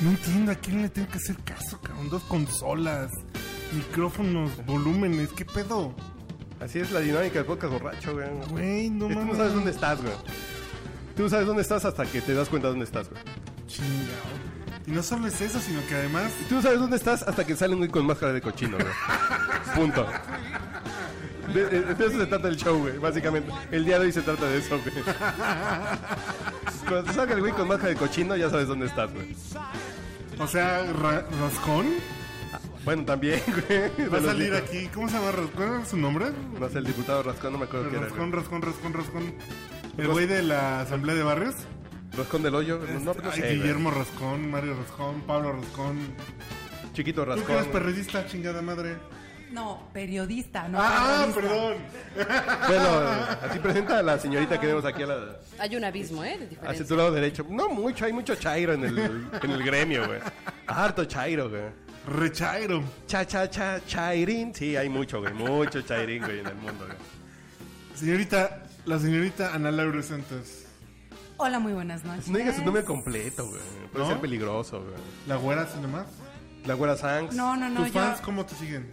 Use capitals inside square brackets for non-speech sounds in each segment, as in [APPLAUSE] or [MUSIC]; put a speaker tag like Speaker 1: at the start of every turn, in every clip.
Speaker 1: No entiendo a quién le tengo que hacer caso, cabrón. Dos consolas, micrófonos, volúmenes, ¿qué pedo?
Speaker 2: Así es la dinámica del podcast borracho, güey.
Speaker 1: Güey, no
Speaker 2: Eh, Tú no
Speaker 1: mames.
Speaker 2: sabes dónde estás, güey. Tú no sabes dónde estás hasta que te das cuenta dónde estás, güey.
Speaker 1: Chingado. Y no solo es eso, sino que además.
Speaker 2: Tú no sabes dónde estás hasta que sale un güey con máscara de cochino,
Speaker 1: [LAUGHS]
Speaker 2: güey. Punto. De, de- de eso se trata el show, güey, básicamente. El día de hoy se trata de eso, güey. Cuando te salga el güey con máscara de cochino, ya sabes dónde estás, güey.
Speaker 1: O sea, Ra- Rascón
Speaker 2: Bueno, también, güey.
Speaker 1: va a salir aquí. ¿Cómo se llama Rascón? ¿Cuál es su nombre?
Speaker 2: No sé, el diputado Rascón, no me acuerdo qué era.
Speaker 1: Rascón,
Speaker 2: Rascón,
Speaker 1: Rascón, Rascón, Rascón. El güey de la Asamblea de Barrios.
Speaker 2: Rascón del Hoyo. No, no
Speaker 1: Este, Ay,
Speaker 2: sé, güey.
Speaker 1: Guillermo Rascón, Mario Rascón, Pablo Rascón.
Speaker 2: Chiquito
Speaker 1: Tú que eres
Speaker 2: Rascón. güey.
Speaker 1: perredista, chingada madre.
Speaker 3: No, periodista, no.
Speaker 1: Ah,
Speaker 3: periodista.
Speaker 1: perdón.
Speaker 2: Bueno, eh, así presenta a la señorita que vemos aquí a la...
Speaker 4: Hay un abismo,
Speaker 1: Ah,
Speaker 4: ¿eh? De
Speaker 2: Hacia
Speaker 4: diferencia.
Speaker 2: tu lado derecho. No mucho, hay mucho chairo en el, en el gremio, güey. Harto chairo, güey.
Speaker 1: Rechairo.
Speaker 2: Cha, cha, cha, chairín. Sí, hay mucho, güey. Mucho chairín, güey, en el mundo, güey.
Speaker 1: Señorita, la señorita Ana Laura Santos.
Speaker 3: Hola, muy buenas noches.
Speaker 2: No digas su nombre completo, güey. Puede
Speaker 1: ¿No?
Speaker 2: ser peligroso, güey.
Speaker 1: La güera, sin más.
Speaker 2: La güera Sanks.
Speaker 3: No, no, no,
Speaker 1: ¿Tus
Speaker 3: yo
Speaker 1: fans cómo te siguen?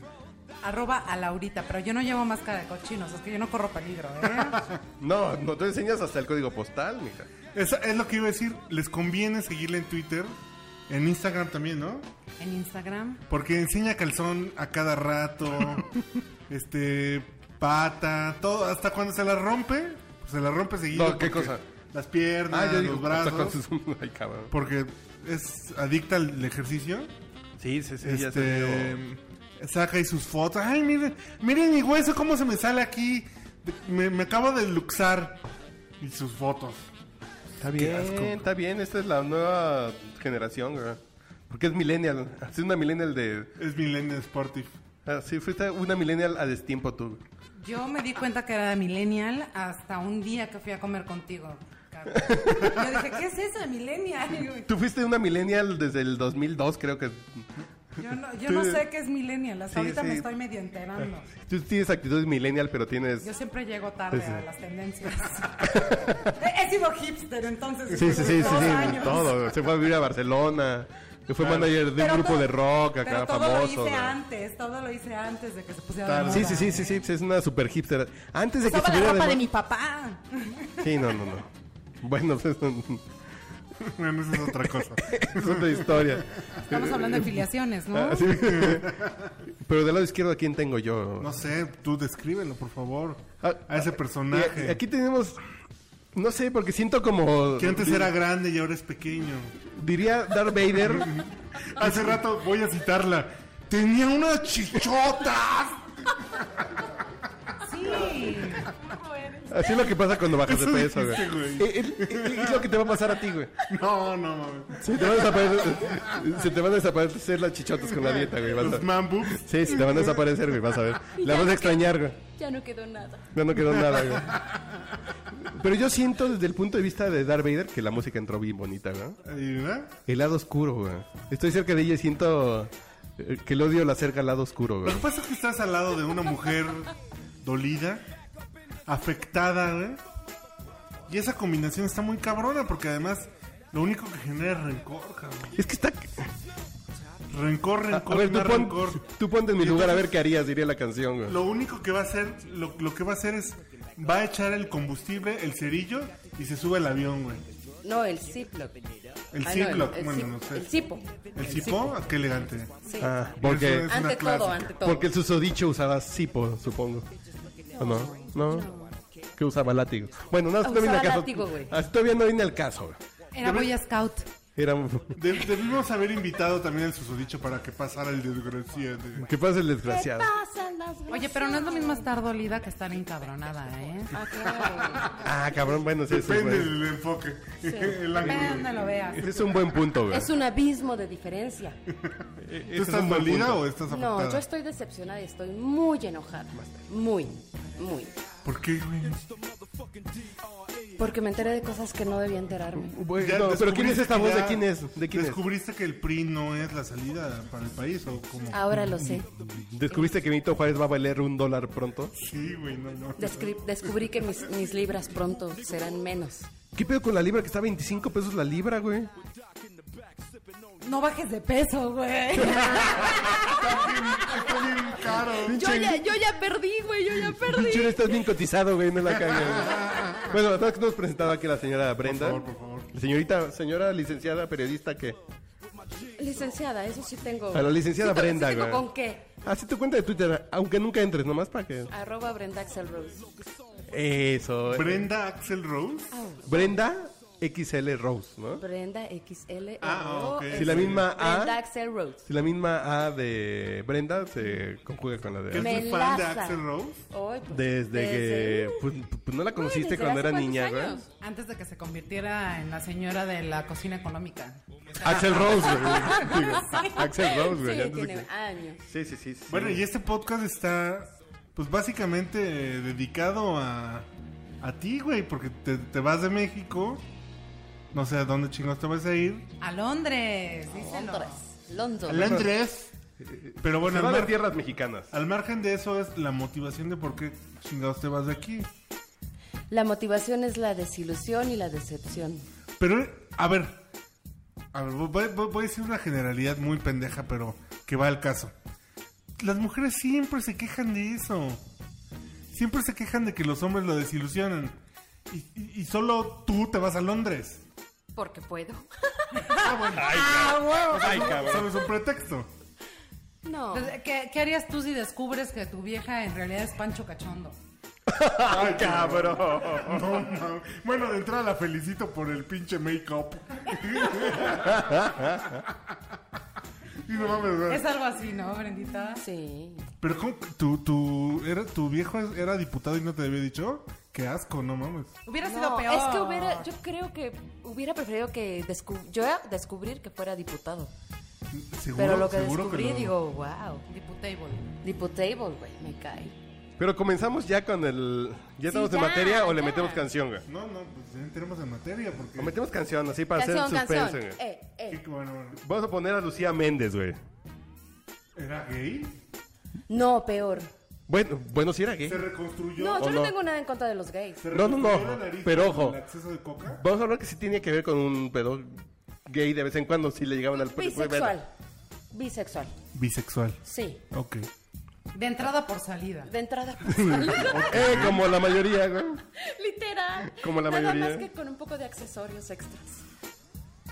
Speaker 3: arroba a Laurita, pero yo no llevo máscara de cochinos, es que yo no corro peligro, ¿eh? [LAUGHS]
Speaker 2: No, no te enseñas hasta el código postal, mija.
Speaker 1: Eso es lo que iba a decir. Les conviene seguirla en Twitter, en Instagram también, ¿no?
Speaker 3: en Instagram.
Speaker 1: Porque enseña calzón a cada
Speaker 3: [LAUGHS]
Speaker 1: rato, este, pata, todo. Hasta cuando se la rompe, pues se la rompe seguido.
Speaker 2: No, ¿qué
Speaker 1: porque
Speaker 2: cosa?
Speaker 1: Las piernas,
Speaker 2: Ah, yo digo,
Speaker 1: los brazos.
Speaker 2: hasta cuando es- [LAUGHS] Ay, cabrón.
Speaker 1: Porque es adicta al ejercicio.
Speaker 2: Sí, sí, sí, ya
Speaker 1: este,
Speaker 2: te digo.
Speaker 1: saca ahí sus fotos. Ay, miren, miren mi hueso, cómo se me sale aquí. Me, me acabo de luxar. Y sus fotos.
Speaker 2: Está
Speaker 1: asco,
Speaker 2: bien,
Speaker 1: güey.
Speaker 2: está bien. Esta es la nueva generación, güey. Porque es millennial. Así una millennial de...
Speaker 1: Es Millennial Sportif.
Speaker 2: Así fuiste una millennial a destiempo tú.
Speaker 3: Yo me di cuenta que era de millennial hasta un día que fui a comer contigo. Carlos. Yo dije, ¿qué es eso de millennial? Y digo,
Speaker 2: Tú fuiste una millennial desde el 2002, creo que.
Speaker 3: Yo no, yo no sé qué es millennial, hasta
Speaker 2: Sí,
Speaker 3: ahorita me
Speaker 2: sí.
Speaker 3: estoy medio enterando.
Speaker 2: Tú tienes actitudes millennial, pero tienes...
Speaker 3: Yo siempre llego tarde
Speaker 2: Sí, sí.
Speaker 3: a las tendencias. [LAUGHS] He- He sido hipster entonces.
Speaker 2: Sí, sí, sí, sí,
Speaker 3: dos
Speaker 2: sí,
Speaker 3: años.
Speaker 2: todo. Se fue a vivir a Barcelona. que Fue manager de un
Speaker 3: Pero
Speaker 2: grupo
Speaker 3: todo-
Speaker 2: de rock acá
Speaker 3: pero todo
Speaker 2: famoso.
Speaker 3: lo hice
Speaker 2: ¿no?
Speaker 3: antes, todo lo hice antes de que se pusiera de
Speaker 2: Claro.
Speaker 3: moda.
Speaker 2: Sí, sí, sí, sí, sí, pues es una super hipster. Antes de que
Speaker 3: Usaba la
Speaker 2: estuviera
Speaker 3: ropa de
Speaker 2: moda-
Speaker 3: mi papá.
Speaker 2: Sí, no, no, no. Bueno, [LAUGHS] pues, es
Speaker 1: [LAUGHS] Bueno, esa es otra cosa.
Speaker 2: otra historia.
Speaker 3: Estamos hablando de filiaciones, ¿no?
Speaker 2: Eh, Ah, sí. Pero del lado izquierdo, ¿a quién tengo yo?
Speaker 1: No sé, tú descríbelo, por favor.
Speaker 2: Ah,
Speaker 1: A ese
Speaker 2: Y
Speaker 1: personaje.
Speaker 2: a- aquí tenemos... No sé, porque siento como...
Speaker 1: que antes era grande y ahora es pequeño.
Speaker 2: Diría Darth Vader. Ah,
Speaker 1: Hace rato voy a citarla. Tenía unas chichotas.
Speaker 3: Sí.
Speaker 2: Así es lo que pasa cuando bajas de
Speaker 1: Eso
Speaker 2: peso, güey.
Speaker 1: dijiste,
Speaker 2: Eh, eh, eh, Es lo que te va a pasar a ti, güey.
Speaker 1: No, no mames.
Speaker 2: Se te van a desaparecer, se te van a desaparecer las chichotas con la dieta, güey. Vas
Speaker 1: Los
Speaker 2: a,
Speaker 1: man boobs.
Speaker 2: sí, se te van a desaparecer, güey. Vas a ver. La vas a extrañar, güey.
Speaker 4: Ya no quedó nada.
Speaker 2: No, no quedó nada, güey. Pero yo siento desde el punto de vista de Darth Vader que la música entró bien bonita, güey.
Speaker 1: Ahí, ¿verdad?
Speaker 2: El lado oscuro, güey. Estoy cerca de ella y siento eh, que el odio la acerca al lado oscuro,
Speaker 1: Lo
Speaker 2: güey.
Speaker 1: que pasa es que estás al lado de una mujer dolida, afectada, güey. Y esa combinación está muy cabrona porque además lo único que genera es rencor, cabrón.
Speaker 2: Es
Speaker 1: [LAUGHS]
Speaker 2: que está...
Speaker 1: Rencor,
Speaker 2: A,
Speaker 1: rencor,
Speaker 2: a ver, tú,
Speaker 1: más
Speaker 2: pon-
Speaker 1: rencor.
Speaker 2: tú ponte en mi lugar a ver qué harías, diría la canción, güey.
Speaker 1: Lo único que va a hacer, lo, lo que va a hacer es, va a echar el combustible, el cerillo y se sube al avión, güey.
Speaker 4: No, el Ziploc.
Speaker 1: El
Speaker 4: Ah,
Speaker 1: Ziploc,
Speaker 4: el- el
Speaker 1: bueno,
Speaker 4: Zip-
Speaker 1: no sé.
Speaker 4: El Zipo.
Speaker 1: El cipo, ah, qué elegante.
Speaker 4: Sí.
Speaker 2: Ah,
Speaker 1: Eso
Speaker 2: porque...
Speaker 1: es una
Speaker 4: ante todo,
Speaker 1: clásica.
Speaker 4: ante todo.
Speaker 2: Porque el susodicho usaba cipo, supongo. ¿O no? ¿No? Que usaba látigo. Bueno, no, no viene
Speaker 4: Usaba
Speaker 2: al caso.
Speaker 4: látigo, güey.
Speaker 2: Ah, todavía no viene al caso. güey.
Speaker 3: Era Boy Scout.
Speaker 2: Era un- [LAUGHS]
Speaker 1: De- debimos haber invitado también al susodicho para que pasara el desgraciado.
Speaker 2: ¿Qué pasa el desgraciado?
Speaker 3: Oye, pero no es lo mismo estar dolida que estar encabronada, ¿eh?
Speaker 4: Ah, claro.
Speaker 2: Ah, cabrón, bueno, sí, sí,
Speaker 1: Depende
Speaker 2: güey.
Speaker 1: del enfoque. [LAUGHS] El ángulo.
Speaker 3: Ve donde lo veas.
Speaker 2: Ese es un buen punto, güey.
Speaker 4: Es un abismo de diferencia.
Speaker 1: ¿Tú estás dolida o estás afectada?
Speaker 4: No, yo estoy decepcionada y estoy muy enojada. Muy, muy.
Speaker 1: ¿Por qué, güey?
Speaker 4: Porque me enteré de cosas que no debía enterarme.
Speaker 2: Bueno,
Speaker 1: Ya
Speaker 2: Pues, no, pero ¿quién es
Speaker 1: descubriste
Speaker 2: esta
Speaker 1: que
Speaker 2: voz?
Speaker 1: ya
Speaker 2: ¿De quién es? ¿De quién es?
Speaker 1: ¿Descubriste que el PRI no es la salida para el país o cómo?
Speaker 4: Ahora lo sé.
Speaker 2: ¿Descubriste que Benito Juárez va a valer un dólar pronto?
Speaker 1: Sí, güey, no, no.
Speaker 4: Descri- descubrí que mis, mis libras pronto serán menos.
Speaker 2: ¿Qué pedo con la libra que está a 25 pesos la libra, güey?
Speaker 3: No bajes de peso, güey.
Speaker 1: Está bien caro.
Speaker 4: Yo ya, yo ya perdí, güey, yo ya
Speaker 2: Pinche,
Speaker 4: perdí.
Speaker 2: Uri, estás bien cotizado, güey, no la cagues. güey. Bueno, nosotros que nos presentaba aquí la señora Brenda.
Speaker 1: favor, por favor.
Speaker 2: Señorita, señora licenciada periodista que...
Speaker 4: Licenciada, eso sí tengo.
Speaker 2: A la licenciada
Speaker 4: sí te- sí
Speaker 2: Brenda,
Speaker 4: tengo
Speaker 2: güey.
Speaker 4: ¿Con qué?
Speaker 2: Así ah, tu cuenta de Twitter, aunque nunca entres, nomás para que...
Speaker 4: Arroba Brenda Axel Rose.
Speaker 2: Eso. eh.
Speaker 1: Brenda Axel Rose.
Speaker 4: Ah,
Speaker 2: Brenda XL Rose, ¿no?
Speaker 4: Brenda XL.
Speaker 1: Ah,
Speaker 4: o
Speaker 1: ok.
Speaker 2: Si la misma A-
Speaker 4: Brenda Axel Rose.
Speaker 2: Si la misma A de Brenda se conjuga con la
Speaker 1: ¿Qué
Speaker 2: de...
Speaker 1: es?
Speaker 4: Me
Speaker 1: fan de
Speaker 4: enlaza.
Speaker 1: Axl Rose?
Speaker 4: Ay, pues,
Speaker 2: Desde que...
Speaker 4: desde-
Speaker 2: Pues, pues, no la conociste
Speaker 4: Desde
Speaker 2: cuando
Speaker 4: hace
Speaker 2: era
Speaker 4: cuántos
Speaker 2: niña, güey.
Speaker 4: años.
Speaker 3: Antes de que se convirtiera en la señora de la cocina económica.
Speaker 4: [LAUGHS]
Speaker 2: Axel Rose, güey. Digo, [LAUGHS] Axel Rose, güey.
Speaker 4: Sí,
Speaker 2: antes de
Speaker 4: tiene
Speaker 2: que-
Speaker 4: años.
Speaker 2: Sí, sí, sí. sí.
Speaker 1: Bueno, y este podcast está, pues básicamente eh, dedicado a, a ti, güey, porque te, te vas de México, no sé a dónde chingados te vas a ir.
Speaker 3: A Londres, díselo.
Speaker 4: Londres. Londres.
Speaker 1: A Londres. Pero bueno,
Speaker 2: Se
Speaker 1: al,
Speaker 2: va de
Speaker 1: mar-
Speaker 2: tierras mexicanas.
Speaker 1: al margen de eso es la motivación de por qué chingados te vas de aquí.
Speaker 4: La motivación es la desilusión y la decepción.
Speaker 1: Pero, eh, a ver, a ver, voy, voy- voy a decir una generalidad muy pendeja, pero que va al caso. Las mujeres siempre se quejan de eso. Siempre se quejan de que los hombres lo desilusionan. Y, y- y solo tú te vas a Londres.
Speaker 4: Porque puedo.
Speaker 2: Ah, Ay, cabrón.
Speaker 1: Solo es un pretexto.
Speaker 4: No.
Speaker 3: Entonces, ¿Qué, qué harías tú si descubres que tu vieja en realidad es Pancho Cachondo?
Speaker 2: Ay, cabrón.
Speaker 1: No, no. Bueno, de entrada la felicito por el pinche make-up. [LAUGHS] y no mames, güey.
Speaker 3: Es algo así, ¿no, Brendita?
Speaker 4: Sí.
Speaker 1: Pero ¿cómo? ¿Tu, tu, era, ¿Tu viejo es- era diputado y no te había dicho? Qué asco, no mames.
Speaker 3: Hubiera
Speaker 4: No,
Speaker 3: sido peor.
Speaker 4: Es que hubiera, yo creo que hubiera preferido que descu- yo descubrir que fuera diputado.
Speaker 1: Seguro,
Speaker 4: Pero lo que
Speaker 1: seguro
Speaker 4: descubrí,
Speaker 1: lo-
Speaker 4: digo, wow.
Speaker 3: Diputable.
Speaker 4: Diputable, güey, me cae.
Speaker 2: Pero comenzamos ya con el. ¿Ya estamos en
Speaker 4: ya,
Speaker 2: materia o le
Speaker 4: ya.
Speaker 2: metemos canción, güey?
Speaker 1: No, no, pues ya entremos en materia porque...
Speaker 2: O metemos canción, así para Ah,
Speaker 4: Canción,
Speaker 2: hacer el suspense,
Speaker 4: canción.
Speaker 2: güey.
Speaker 4: Eh, eh.
Speaker 1: Qué bueno, bueno.
Speaker 2: Vamos a poner a Lucía Méndez, güey.
Speaker 1: ¿Era gay?
Speaker 4: No, peor.
Speaker 2: Bueno, bueno, si era gay.
Speaker 1: ¿Se reconstruyó?
Speaker 4: No, yo
Speaker 2: no?
Speaker 4: no tengo nada en contra de los gays.
Speaker 1: ¿Se
Speaker 2: No, no, no,
Speaker 1: reconstruyó la nariz
Speaker 2: pero
Speaker 1: con
Speaker 2: ojo.
Speaker 1: el acceso de coca?
Speaker 2: Vamos a hablar que sí tenía que ver con un pedo gay de vez en cuando, si le llegaban al
Speaker 4: Bisexual. Bisexual.
Speaker 1: Bisexual.
Speaker 4: Sí.
Speaker 1: Ok.
Speaker 3: De entrada por salida.
Speaker 2: [LAUGHS]
Speaker 4: De entrada. pues,
Speaker 2: Eh, como la mayoría, güey.
Speaker 4: [LAUGHS] Literal.
Speaker 2: Como la
Speaker 4: Nada
Speaker 2: mayoría.
Speaker 4: más que con un poco de accesorios extras.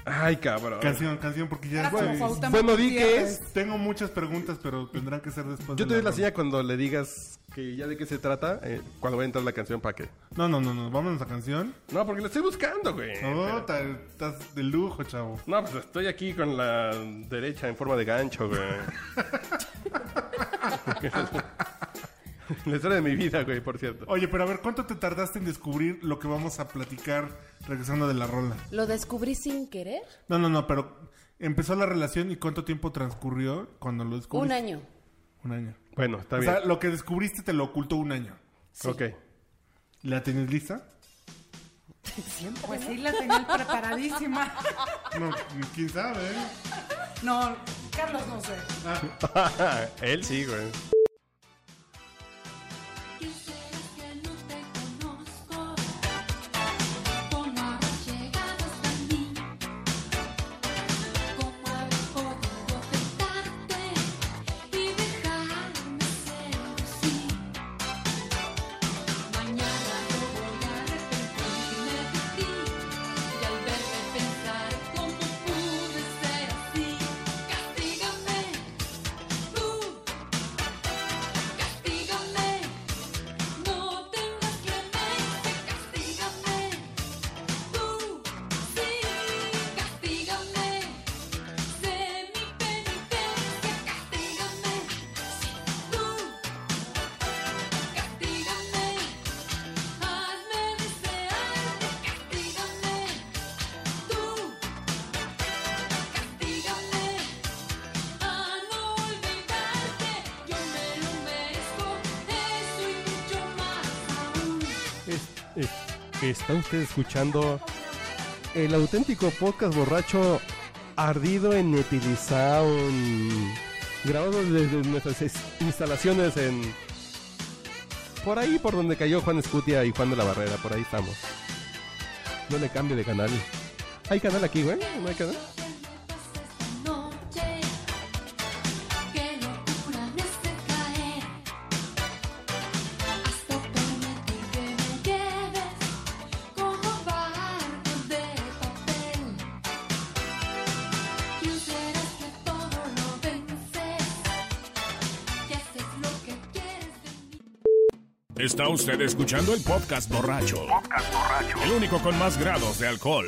Speaker 2: Ay, cabrón.
Speaker 1: Canción, canción, porque ya...
Speaker 3: Era como
Speaker 1: estoy-
Speaker 3: Cuauhtémoc
Speaker 2: bueno, di que
Speaker 3: Gutiérrez.
Speaker 2: es.
Speaker 1: Tengo muchas preguntas, pero tendrán que ser después
Speaker 2: Yo
Speaker 1: de
Speaker 2: te doy la
Speaker 1: ronda.
Speaker 2: señal cuando le digas que ya de qué se trata, eh, cuando va a entrar la canción para qué.
Speaker 1: No, no, no, no, vámonos a canción.
Speaker 2: No, porque la estoy buscando, güey.
Speaker 1: No, ta- estás de lujo, chavo.
Speaker 2: No, pues estoy aquí con la derecha en forma de gancho, güey. [LAUGHS] la historia de mi vida, güey, por cierto.
Speaker 1: Oye, pero a ver, ¿cuánto te tardaste en descubrir lo que vamos a platicar regresando de la rola?
Speaker 4: Lo descubrí sin querer.
Speaker 1: No, no, no, pero empezó la relación y cuánto tiempo transcurrió cuando lo
Speaker 4: Un
Speaker 1: descubriste.
Speaker 4: año.
Speaker 1: Un año.
Speaker 2: Bueno, está
Speaker 1: o
Speaker 2: bien.
Speaker 1: sea, lo que descubriste te lo ocultó un año.
Speaker 4: sí.
Speaker 2: Ok.
Speaker 1: ¿La tenés lista?
Speaker 3: Pues sí, la tenía preparadísima. [LAUGHS]
Speaker 1: No, quién sabe. ¿eh?
Speaker 3: No, Carlos no sé.
Speaker 2: [LAUGHS] Él sí, güey.
Speaker 5: ¿Qué será que no te conozco? ¿Cómo habrás llegado hasta mí? ¿Cómo habrás podido tentarte y dejarme seducir? Mañana yo voy a arrepentirme de ti y al verme pensar cómo pude ser así. Castígame, tú.
Speaker 2: Está usted escuchando el auténtico podcast borracho ardido en Netilizaun. Grabado desde nuestras es- instalaciones en... Por ahí por donde cayó Juan Escutia y Juan de la Barrera, por ahí estamos. No le cambie de canal. ¿Hay canal aquí, güey? ¿No hay canal?
Speaker 5: noche, qué locura me hace caer. Hasta prometí que me lleves como barco de papel. Y hubieras que todo lo vences, que haces lo que quieres de mí.
Speaker 6: Está usted escuchando el podcast borracho. El único con más grados de alcohol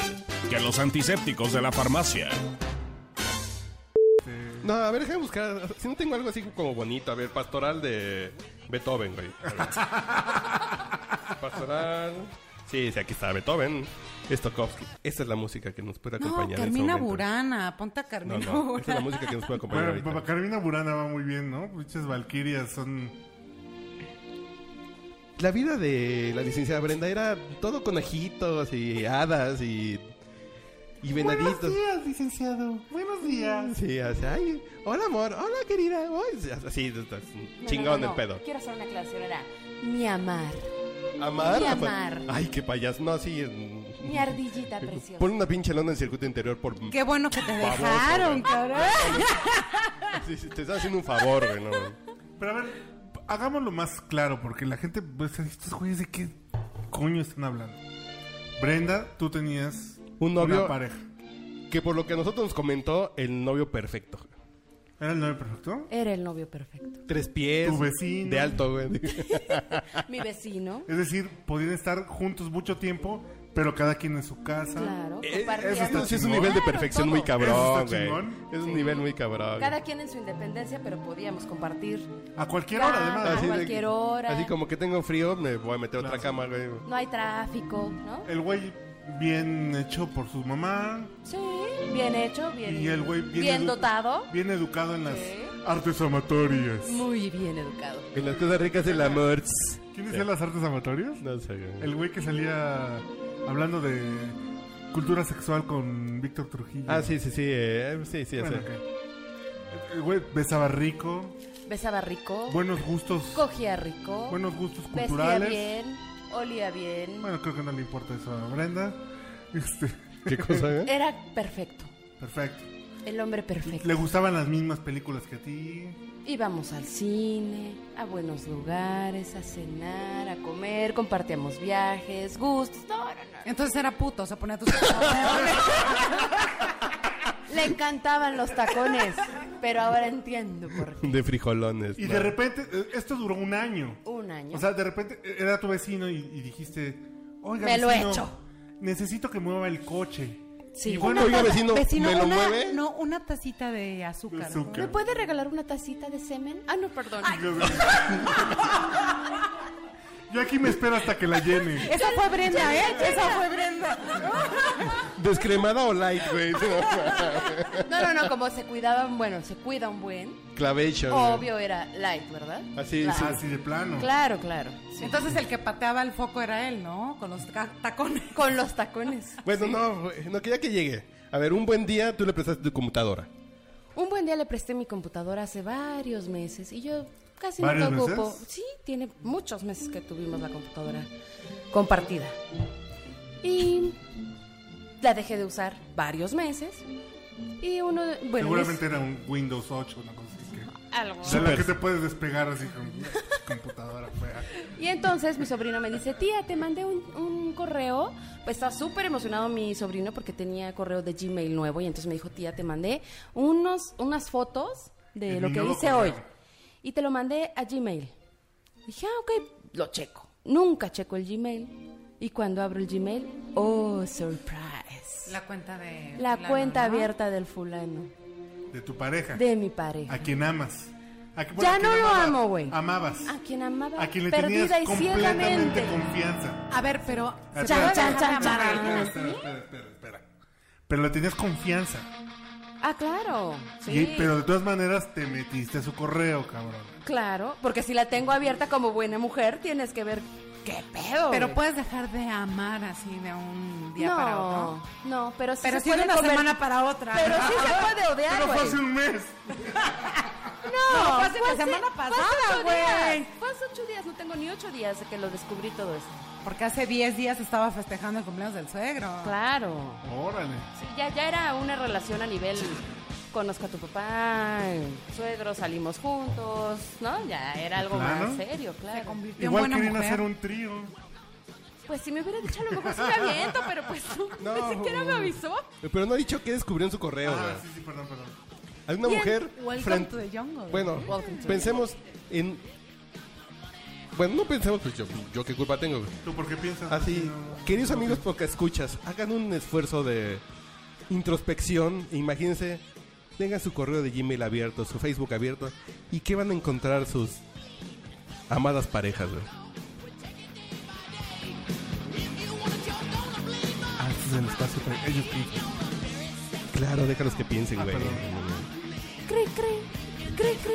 Speaker 6: que los antisépticos de la farmacia.
Speaker 2: No, a ver, déjame buscar. Si no tengo algo así como bonito, a ver, pastoral de Beethoven, güey.
Speaker 1: [LAUGHS]
Speaker 2: A ver. pastoral. Sí, sí, aquí está Beethoven. Stokowski. Esa es la música que nos puede
Speaker 3: No,
Speaker 2: acompañar. en
Speaker 3: Carmina
Speaker 2: este momento.
Speaker 3: Burana, ponte a
Speaker 2: No,
Speaker 3: Carmina
Speaker 2: no, esa es la
Speaker 3: Burana.
Speaker 2: música que nos puede acompañar.
Speaker 1: Bueno,
Speaker 2: ahorita.
Speaker 1: para Carolina Burana va muy bien, ¿no? Muchas valquirias son...
Speaker 2: La vida de la licenciada Brenda era todo conejitos y hadas y. y venaditos.
Speaker 1: días, licenciado. Buenos días.
Speaker 2: Sí, así, ay, hola amor, hola querida. Ay, Así,
Speaker 4: No,
Speaker 2: chingón
Speaker 4: no, no,
Speaker 2: el pedo.
Speaker 4: no. Quiero hacer una aclaración, era mi amar,
Speaker 2: Amar.
Speaker 4: Ni
Speaker 2: ah, pues,
Speaker 4: amar.
Speaker 2: Ay, qué payaso. No, sí.
Speaker 4: mi ardillita preciosa.
Speaker 2: Pon una pinche lona en el circuito interior por...
Speaker 3: Qué bueno que te
Speaker 2: Baboso,
Speaker 3: dejaron,
Speaker 2: güey.
Speaker 3: cabrón.
Speaker 2: Sí, sí, te estás haciendo un favor, güey. ¿no?
Speaker 1: Pero a ver, hagámoslo más claro, porque la gente... Pues, ¿Estos güeyes de qué coño están hablando? Brenda, tú tenías
Speaker 2: Un novio.
Speaker 1: una pareja.
Speaker 2: Que por lo que a nosotros nos comentó, el novio perfecto.
Speaker 1: ¿Era el novio perfecto?
Speaker 4: Era el novio perfecto.
Speaker 2: Tres pies.
Speaker 1: Tu vecino.
Speaker 2: De alto, güey.
Speaker 4: Mi vecino.
Speaker 1: Es decir, podían estar juntos mucho tiempo, pero cada quien en su casa.
Speaker 4: Claro,
Speaker 2: Eh,
Speaker 4: compartían-
Speaker 1: eso está
Speaker 2: Eso sí es un
Speaker 1: chingón.
Speaker 2: nivel de
Speaker 4: Claro,
Speaker 2: perfección
Speaker 4: todo.
Speaker 2: muy
Speaker 1: Eso
Speaker 2: cabrón,
Speaker 1: está
Speaker 2: güey.
Speaker 1: chingón.
Speaker 2: Es un
Speaker 4: Sí.
Speaker 2: nivel muy cabrón.
Speaker 4: Cada quien en su independencia, pero podíamos compartir.
Speaker 1: A cualquier hora,
Speaker 4: Cama,
Speaker 1: además.
Speaker 4: a cualquier hora.
Speaker 2: Así como que tengo frío, me voy a meter a otra
Speaker 1: Claro.
Speaker 2: cama, güey.
Speaker 4: No hay tráfico, ¿no?
Speaker 1: El güey bien hecho por su mamá.
Speaker 4: Sí, bien hecho, bien,
Speaker 1: Y el güey bien, edu-
Speaker 4: dotado.
Speaker 1: Bien educado en las
Speaker 4: Sí.
Speaker 1: artes amatorias.
Speaker 4: Muy bien educado.
Speaker 2: Y las cosas ricas del amor.
Speaker 1: ¿Quién decía las artes amatorias?
Speaker 2: No sé, güey.
Speaker 1: El güey que salía hablando de cultura sexual con Víctor Trujillo.
Speaker 2: Ah, sí, sí, sí. eh, sí, sí, ya
Speaker 1: Bueno,
Speaker 2: sé.
Speaker 1: ok. El güey besaba rico,
Speaker 4: Besaba rico,
Speaker 1: buenos gustos,
Speaker 4: cogía rico,
Speaker 1: buenos gustos
Speaker 4: vestía
Speaker 1: culturales.
Speaker 4: bien, olía bien.
Speaker 1: Bueno, creo que no le importa eso a Brenda. Este,
Speaker 2: ¿Qué cosa,
Speaker 4: [LAUGHS]
Speaker 2: güey?
Speaker 4: Era perfecto.
Speaker 1: [LAUGHS] perfecto.
Speaker 4: El hombre perfecto.
Speaker 1: Le gustaban las mismas películas que a ti.
Speaker 4: Íbamos al cine, a buenos lugares, a cenar, a comer, compartíamos viajes, gustos. No, no, no.
Speaker 3: Entonces era puto, se ponía tus tacones.
Speaker 4: [LAUGHS] Le encantaban los tacones, pero ahora entiendo por qué.
Speaker 2: De frijolones.
Speaker 1: Y
Speaker 2: ¿no?
Speaker 1: de repente, eh, esto duró un año.
Speaker 4: Un año.
Speaker 1: O sea, de repente eh, era tu vecino y, y dijiste, oiga,
Speaker 4: Me lo
Speaker 1: vecino,
Speaker 4: he hecho.
Speaker 1: Necesito que mueva el coche.
Speaker 4: Sí.
Speaker 1: Y bueno,
Speaker 2: Oiga, vecino,
Speaker 3: Vecino,
Speaker 2: ¿me lo
Speaker 3: una,
Speaker 2: mueve?
Speaker 3: no, una tacita de azúcar.
Speaker 1: azúcar.
Speaker 4: ¿Me puede regalar una tacita de semen? Ah, no, perdón.
Speaker 1: Yo aquí me espero hasta que la
Speaker 4: [LAUGHS]
Speaker 1: llene.
Speaker 3: Esa fue Brenda, ¿eh? Esa fue Brenda.
Speaker 2: ¿Descremada o light, güey?
Speaker 4: No, no, no, como se cuidaban, bueno, se cuida un buen.
Speaker 2: [LAUGHS] Clavation. güey.
Speaker 4: Obvio era light, ¿verdad?
Speaker 2: Así,
Speaker 4: Light.
Speaker 2: sí.
Speaker 1: Así Ah, de plano.
Speaker 4: Claro, claro. sí.
Speaker 3: Entonces el que pateaba el foco era él, ¿no? Con los ca- tacones.
Speaker 4: Con los tacones.
Speaker 2: Bueno, no, güey, no quería que llegue. A ver, un buen día tú le prestaste tu computadora.
Speaker 4: Un buen día le presté mi computadora hace varios meses y yo casi no
Speaker 1: ¿Varios
Speaker 4: la ocupo.
Speaker 1: meses?
Speaker 4: Sí, tiene muchos meses que tuvimos la computadora compartida. Y la dejé de usar varios meses. Y uno, de- bueno,
Speaker 1: Seguramente era un Windows 8, una cosa así que...
Speaker 4: mis- algo.
Speaker 1: De la
Speaker 2: Súper.
Speaker 1: que te puedes despegar así con computadora fea.
Speaker 4: Y entonces mi sobrino me dice, tía, te mandé un, un correo. Pues estaba súper emocionado mi sobrino porque tenía correo de Gmail nuevo. Y entonces me dijo, tía, te mandé unos, unas fotos de
Speaker 1: De
Speaker 4: lo
Speaker 1: mi
Speaker 4: que
Speaker 1: nuevo
Speaker 4: hice
Speaker 1: correo.
Speaker 4: hoy. Y te lo mandé a Gmail. Dije, ah, ok, lo checo. Nunca checo el Gmail. Y cuando abro el Gmail, oh, surprise.
Speaker 3: La cuenta de...
Speaker 4: La
Speaker 3: fulano,
Speaker 4: cuenta
Speaker 3: ¿no?
Speaker 4: abierta del fulano,
Speaker 1: De tu pareja.
Speaker 4: de mi pareja.
Speaker 1: A quien amas. A que-
Speaker 4: Ya
Speaker 1: a quien
Speaker 4: no lo
Speaker 1: amaba-
Speaker 4: amo, güey.
Speaker 1: Amabas.
Speaker 4: A quien amaba
Speaker 1: A quien le tenías
Speaker 4: perdida y
Speaker 1: completamente
Speaker 4: ciegamente.
Speaker 1: confianza.
Speaker 3: A ver, pero...
Speaker 1: Chan,
Speaker 3: Ya,
Speaker 4: chan,
Speaker 3: ya, ya,
Speaker 4: chan,
Speaker 1: Espera,
Speaker 4: chan.
Speaker 3: ya.
Speaker 1: espera, espera, espera, espera. Pero le tenías confianza.
Speaker 4: Ah, claro. Sí.
Speaker 1: Y- pero de todas maneras te metiste a su correo, cabrón.
Speaker 4: Claro, porque si la tengo abierta como buena mujer, tienes que ver ¿Qué pedo?
Speaker 3: Pero
Speaker 4: güey?
Speaker 3: puedes dejar de amar así de un día
Speaker 4: no,
Speaker 3: para otro.
Speaker 4: No, pero sí
Speaker 3: Pero
Speaker 4: se
Speaker 3: sí de
Speaker 4: puede
Speaker 3: una
Speaker 4: conver-
Speaker 3: semana para otra.
Speaker 4: Pero sí se puede odiar,
Speaker 1: Pero fue
Speaker 4: güey.
Speaker 1: hace un mes.
Speaker 4: No,
Speaker 3: No, fue hace la
Speaker 4: hace-
Speaker 3: semana
Speaker 4: fue hace
Speaker 3: pasada,
Speaker 4: ocho
Speaker 3: güey.
Speaker 4: días, Fue hace ocho días, no tengo ni ocho días de que lo descubrí todo esto.
Speaker 3: Porque hace 10 días estaba festejando el cumpleaños del suegro.
Speaker 4: Claro.
Speaker 1: Órale.
Speaker 4: Sí, ya, ya era una relación a nivel conozco a tu papá, suegro, salimos juntos, ¿no? Ya era algo
Speaker 1: Claro.
Speaker 4: más serio, claro.
Speaker 3: Convirtió en
Speaker 1: Igual
Speaker 3: buena
Speaker 1: querían
Speaker 3: mujer.
Speaker 1: hacer un trío.
Speaker 4: Pues si me hubiera dicho, a lo mejor sí me aviento, pero pues
Speaker 3: [LAUGHS]
Speaker 4: no,
Speaker 2: No.
Speaker 4: [LAUGHS] ni siquiera me avisó.
Speaker 2: Pero no ha dicho que descubrió en su correo, güey.
Speaker 1: Ah, sí, sí, perdón, perdón.
Speaker 2: Hay una
Speaker 4: Bien,
Speaker 2: mujer.
Speaker 3: Welcome
Speaker 2: frente-
Speaker 3: to the jungle.
Speaker 2: Bueno,
Speaker 4: Welcome to-
Speaker 2: pensemos en. Bueno, no pensemos, pues yo, yo qué culpa tengo. güey.
Speaker 1: ¿Tú por qué piensas?
Speaker 2: Así,
Speaker 1: No.
Speaker 2: queridos amigos, porque escuchas, hagan un esfuerzo de introspección. e imagínense, tengan su correo de Gmail abierto, su Facebook abierto, y qué van a encontrar sus amadas parejas, güey. Ah, este es el espacio para ellos piensan. Claro, déjalos que
Speaker 1: Ah,
Speaker 2: piensen, güey.
Speaker 4: Cri, cri, cri, cri.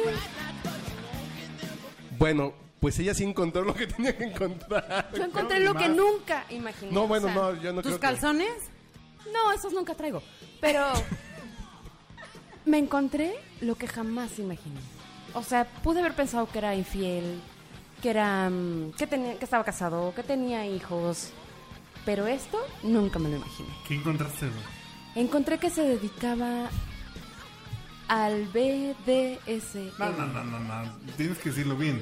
Speaker 2: Bueno, pues ella sí encontró lo que tenía que encontrar.
Speaker 3: [LAUGHS]
Speaker 4: Yo encontré lo que
Speaker 1: más.
Speaker 4: nunca imaginé.
Speaker 2: No, bueno,
Speaker 4: o sea,
Speaker 2: no, yo no
Speaker 3: ¿Tus
Speaker 2: creo que-
Speaker 3: calzones?
Speaker 4: No, esos nunca traigo. Pero
Speaker 2: [LAUGHS]
Speaker 4: me encontré lo que jamás imaginé. O sea, pude haber pensado que era infiel, que era mm, que tenía, que estaba casado, que tenía hijos, pero esto nunca me lo imaginé.
Speaker 1: ¿Qué encontraste, güey?
Speaker 4: Encontré que se dedicaba al BDSM.
Speaker 1: No, no, no, no, no. Tienes que decirlo bien.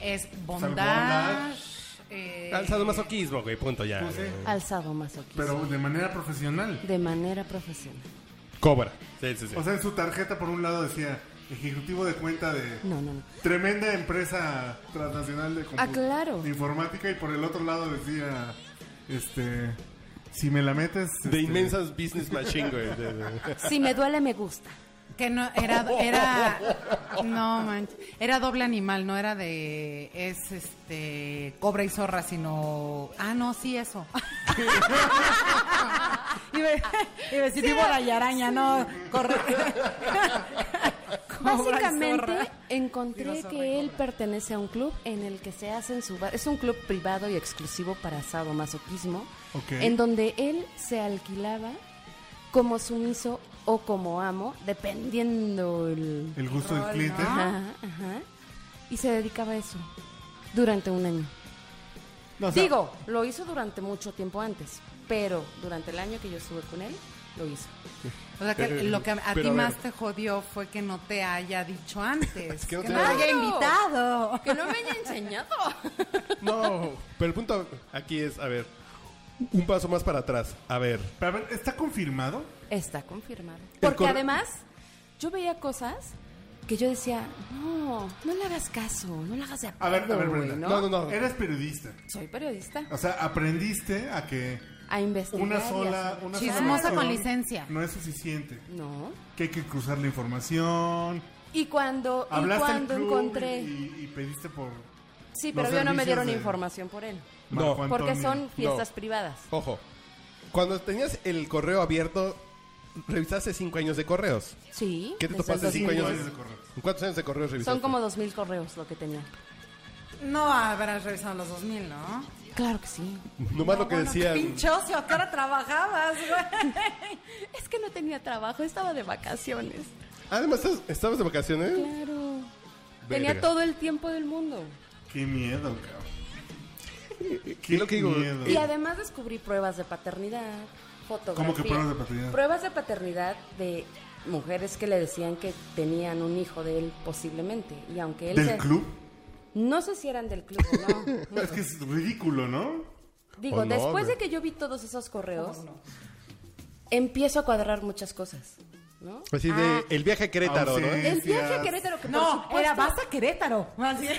Speaker 3: Es bondad.
Speaker 1: bondage,
Speaker 2: ah.
Speaker 3: eh,
Speaker 2: Alzado masoquismo, güey, punto ya.
Speaker 1: Pues sí.
Speaker 4: Al sadomasoquismo.
Speaker 1: Pero de manera profesional.
Speaker 4: de manera profesional.
Speaker 2: Cobra. Sí, sí, sí.
Speaker 1: O sea, en su tarjeta por un lado decía ejecutivo de cuenta de
Speaker 4: No, no, no.
Speaker 1: tremenda empresa transnacional de, compu-
Speaker 4: Ah, claro.
Speaker 1: de informática y por el otro lado decía este si me la metes
Speaker 2: de
Speaker 1: este,
Speaker 2: inmensas business machine, güey. de- de- [LAUGHS]
Speaker 4: Si me duele, me gusta.
Speaker 3: Que no, era, era, no manches, era doble animal, no era de, es este, cobra y zorra, sino, ah, no, sí, eso. [LAUGHS] iba, iba a decir víbora y araña, no, corre. Cobra y
Speaker 4: Básicamente
Speaker 3: zorra.
Speaker 4: encontré que él pertenece a un club en el que se hacen su es un club privado y exclusivo para sadomasoquismo,
Speaker 1: Ok.
Speaker 4: en donde él se alquilaba como sumiso o como amo, dependiendo el
Speaker 1: el gusto del cliente
Speaker 4: ajá, ajá, y se dedicaba a eso durante un año.
Speaker 1: No, o sea,
Speaker 4: Digo, lo hizo durante mucho tiempo antes, pero durante el año que yo estuve con él lo hizo.
Speaker 3: O sea, que lo que a ti
Speaker 2: Eh, Pero a ver.
Speaker 3: más te jodió fue que no te haya dicho antes,
Speaker 2: que
Speaker 3: que
Speaker 2: no te
Speaker 3: no te haya
Speaker 4: haya-
Speaker 3: invitado.
Speaker 4: Que no me haya enseñado. [LAUGHS]
Speaker 2: No, pero el punto aquí es, a ver, un paso más para atrás. A ver,
Speaker 1: pero a ver, está confirmado
Speaker 4: Está confirmado.
Speaker 2: El
Speaker 4: Porque
Speaker 2: corre-
Speaker 4: además, yo veía cosas que yo decía, no, no le hagas caso, no le hagas de
Speaker 1: A ver, a
Speaker 4: acuerdo,
Speaker 1: ver,
Speaker 4: güey,
Speaker 1: Brenda.
Speaker 4: ¿no?
Speaker 2: no, no, no.
Speaker 1: eres periodista
Speaker 4: Soy periodista.
Speaker 1: o sea aprendiste a que
Speaker 4: A investigar. y
Speaker 1: una
Speaker 4: a
Speaker 1: sola
Speaker 4: hacer-
Speaker 1: una sola
Speaker 3: Chismosa con
Speaker 1: versión
Speaker 3: licencia.
Speaker 1: no es suficiente
Speaker 4: No.
Speaker 1: que hay que cruzar la información
Speaker 4: Y cuando, y
Speaker 1: hablaste al
Speaker 4: cuando
Speaker 1: club
Speaker 4: encontré...
Speaker 1: y, y pediste por
Speaker 4: sí,
Speaker 1: los
Speaker 4: pero yo no me
Speaker 1: servicios
Speaker 4: dieron
Speaker 1: de-
Speaker 4: información por él.
Speaker 2: No,
Speaker 1: Marco
Speaker 4: Porque
Speaker 1: Antonio.
Speaker 4: son fiestas privadas.
Speaker 2: ojo. Cuando tenías el correo abierto, revisaste cinco años de correos.
Speaker 4: Sí.
Speaker 2: ¿Qué te
Speaker 4: desde
Speaker 2: topaste
Speaker 4: el
Speaker 2: cinco
Speaker 4: 2000.
Speaker 2: años?
Speaker 1: años de correo.
Speaker 2: ¿Cuántos años de correos revisaste?
Speaker 4: Son como dos mil correos lo que tenía.
Speaker 3: No habrás revisado los 2000, ¿no?
Speaker 4: Claro que
Speaker 1: [LAUGHS]
Speaker 4: sí.
Speaker 2: Nomás lo que decían.
Speaker 3: Pinchocio, ¿a qué hora trabajabas, [LAUGHS] güey?
Speaker 4: Es que no tenía trabajo, estaba de vacaciones.
Speaker 2: Además, Ah, ¿estás- ¿estabas de vacaciones?
Speaker 4: Claro. Tenía
Speaker 2: Verga.
Speaker 4: todo el tiempo del mundo.
Speaker 1: Qué miedo, cabrón.
Speaker 2: Es lo que digo,
Speaker 1: miedo.
Speaker 4: Y además descubrí pruebas de paternidad, fotografías.
Speaker 1: ¿Cómo que pruebas de paternidad?
Speaker 4: Pruebas de paternidad de mujeres que le decían que tenían un hijo de él posiblemente. Y aunque él...
Speaker 1: ¿Del
Speaker 4: se-
Speaker 1: club?
Speaker 4: No sé si eran del club o no.
Speaker 1: No, [LAUGHS] es que es ridículo, ¿no?
Speaker 4: Digo,
Speaker 2: O no,
Speaker 4: después
Speaker 2: güey.
Speaker 4: de que yo vi todos esos correos, empiezo a cuadrar muchas cosas, ¿no?
Speaker 2: Así de el viaje a Querétaro,
Speaker 1: Ah, sí.
Speaker 2: ¿no?
Speaker 4: El viaje a
Speaker 1: Gracias.
Speaker 4: Querétaro que por
Speaker 3: No,
Speaker 4: supuesto-
Speaker 3: era vas a Querétaro. Más bien.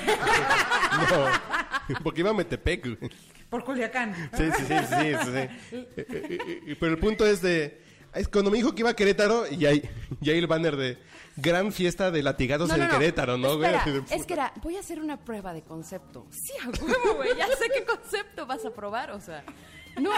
Speaker 2: No, [LAUGHS] porque iba a Metepec. güey.
Speaker 3: Por Culiacán.
Speaker 2: Sí, sí, sí, sí, sí,
Speaker 4: [LAUGHS]
Speaker 2: sí. Eh, eh, eh, Pero el punto es de... es cuando me dijo que iba a Querétaro, y ahí, y ahí el banner de gran fiesta de latigados en Querétaro, ¿no? güey?
Speaker 4: Espera, es que era, voy a hacer una prueba de concepto. Sí, a huevo, güey, ya sé qué concepto vas a probar, o sea. No,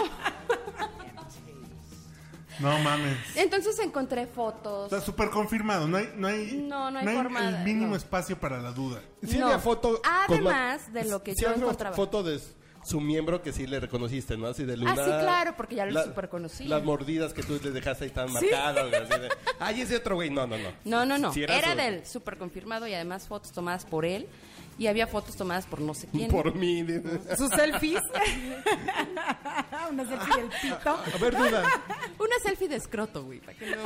Speaker 1: No mames.
Speaker 4: Entonces encontré fotos.
Speaker 1: Está súper confirmado. No hay, no hay,
Speaker 4: No, no hay forma
Speaker 1: el
Speaker 4: de-
Speaker 1: mínimo
Speaker 4: no.
Speaker 1: espacio para la duda.
Speaker 2: Sí
Speaker 4: No.
Speaker 2: había foto. con
Speaker 4: Además
Speaker 2: ma-
Speaker 4: de lo que
Speaker 2: sí
Speaker 4: yo
Speaker 2: había
Speaker 4: encontraba. Ah,
Speaker 2: foto de su miembro que sí le reconociste, ¿no? Así de lunar.
Speaker 4: sí, claro, porque ya lo
Speaker 2: la-
Speaker 4: superconocí.
Speaker 2: Las mordidas que tú le dejaste ahí están marcadas. güey, así de, Ay, ese otro güey. No, no, no.
Speaker 4: No, no, no.
Speaker 2: Sí
Speaker 4: era
Speaker 2: su-
Speaker 4: del súper confirmado y además fotos tomadas por él. Y había fotos tomadas por no sé quién.
Speaker 2: Por mí.
Speaker 3: Sus
Speaker 4: [LAUGHS]
Speaker 3: selfies. Una selfie del pito.
Speaker 2: A ver, duda.
Speaker 4: [LAUGHS] Una selfie de escroto, güey. para que no-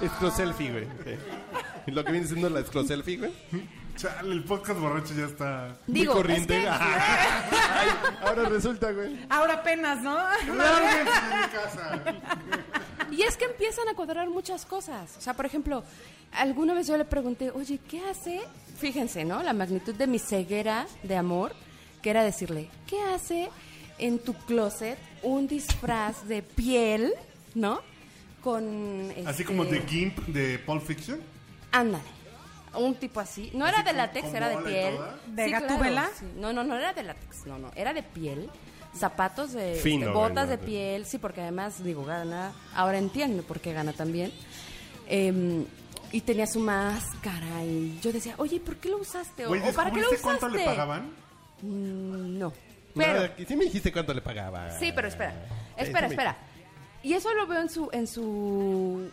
Speaker 2: Excroselfie, güey. Sí. Lo que viene siendo la excroselfie, güey.
Speaker 1: Chale, el podcast borracho ya está.
Speaker 4: Digo,
Speaker 2: Muy
Speaker 4: es
Speaker 2: corriente.
Speaker 4: [LAUGHS]
Speaker 2: Ah. [LAUGHS]
Speaker 4: que-
Speaker 2: Ay, ahora resulta, güey.
Speaker 3: [LAUGHS] Ahora apenas, ¿no?
Speaker 1: ¡Lárguense de mi casa!
Speaker 4: Y es que empiezan a cuadrar muchas cosas. O sea, por ejemplo, alguna vez yo le pregunté, oye, ¿qué hace? Fíjense, ¿no? La magnitud de mi ceguera de amor, que era decirle, ¿qué hace en tu closet un disfraz de piel, ¿no? Con...
Speaker 1: Así como
Speaker 4: este,
Speaker 1: The Gimp de Pulp Fiction.
Speaker 4: Ándale. Un tipo así. No era de
Speaker 1: con-
Speaker 4: látex,
Speaker 1: con
Speaker 4: era de
Speaker 1: bola y ¿eh?
Speaker 4: piel.
Speaker 1: toda?
Speaker 3: ¿De Gatúbela?
Speaker 4: sí. No, no, no era de látex. No, no. Era de piel. Zapatos de.
Speaker 2: Fino,
Speaker 4: este, botas
Speaker 2: bueno,
Speaker 4: de
Speaker 2: sí.
Speaker 4: piel. Sí, porque además, digo, gana. Ahora entiendo por qué gana también. Em, y tenía su máscara. Y yo decía, oye, ¿por qué lo usaste? O,
Speaker 1: Güey,
Speaker 4: o ¿para qué lo
Speaker 1: ¿descubriste
Speaker 4: usaste?
Speaker 1: cuánto le pagaban?
Speaker 4: Mm, no. Pero.
Speaker 2: Pero, sí me dijiste cuánto le pagaba.
Speaker 4: Sí, pero espera.
Speaker 2: Sí, sí
Speaker 4: Espera,
Speaker 2: me-
Speaker 4: espera. Y eso lo veo en su, en su,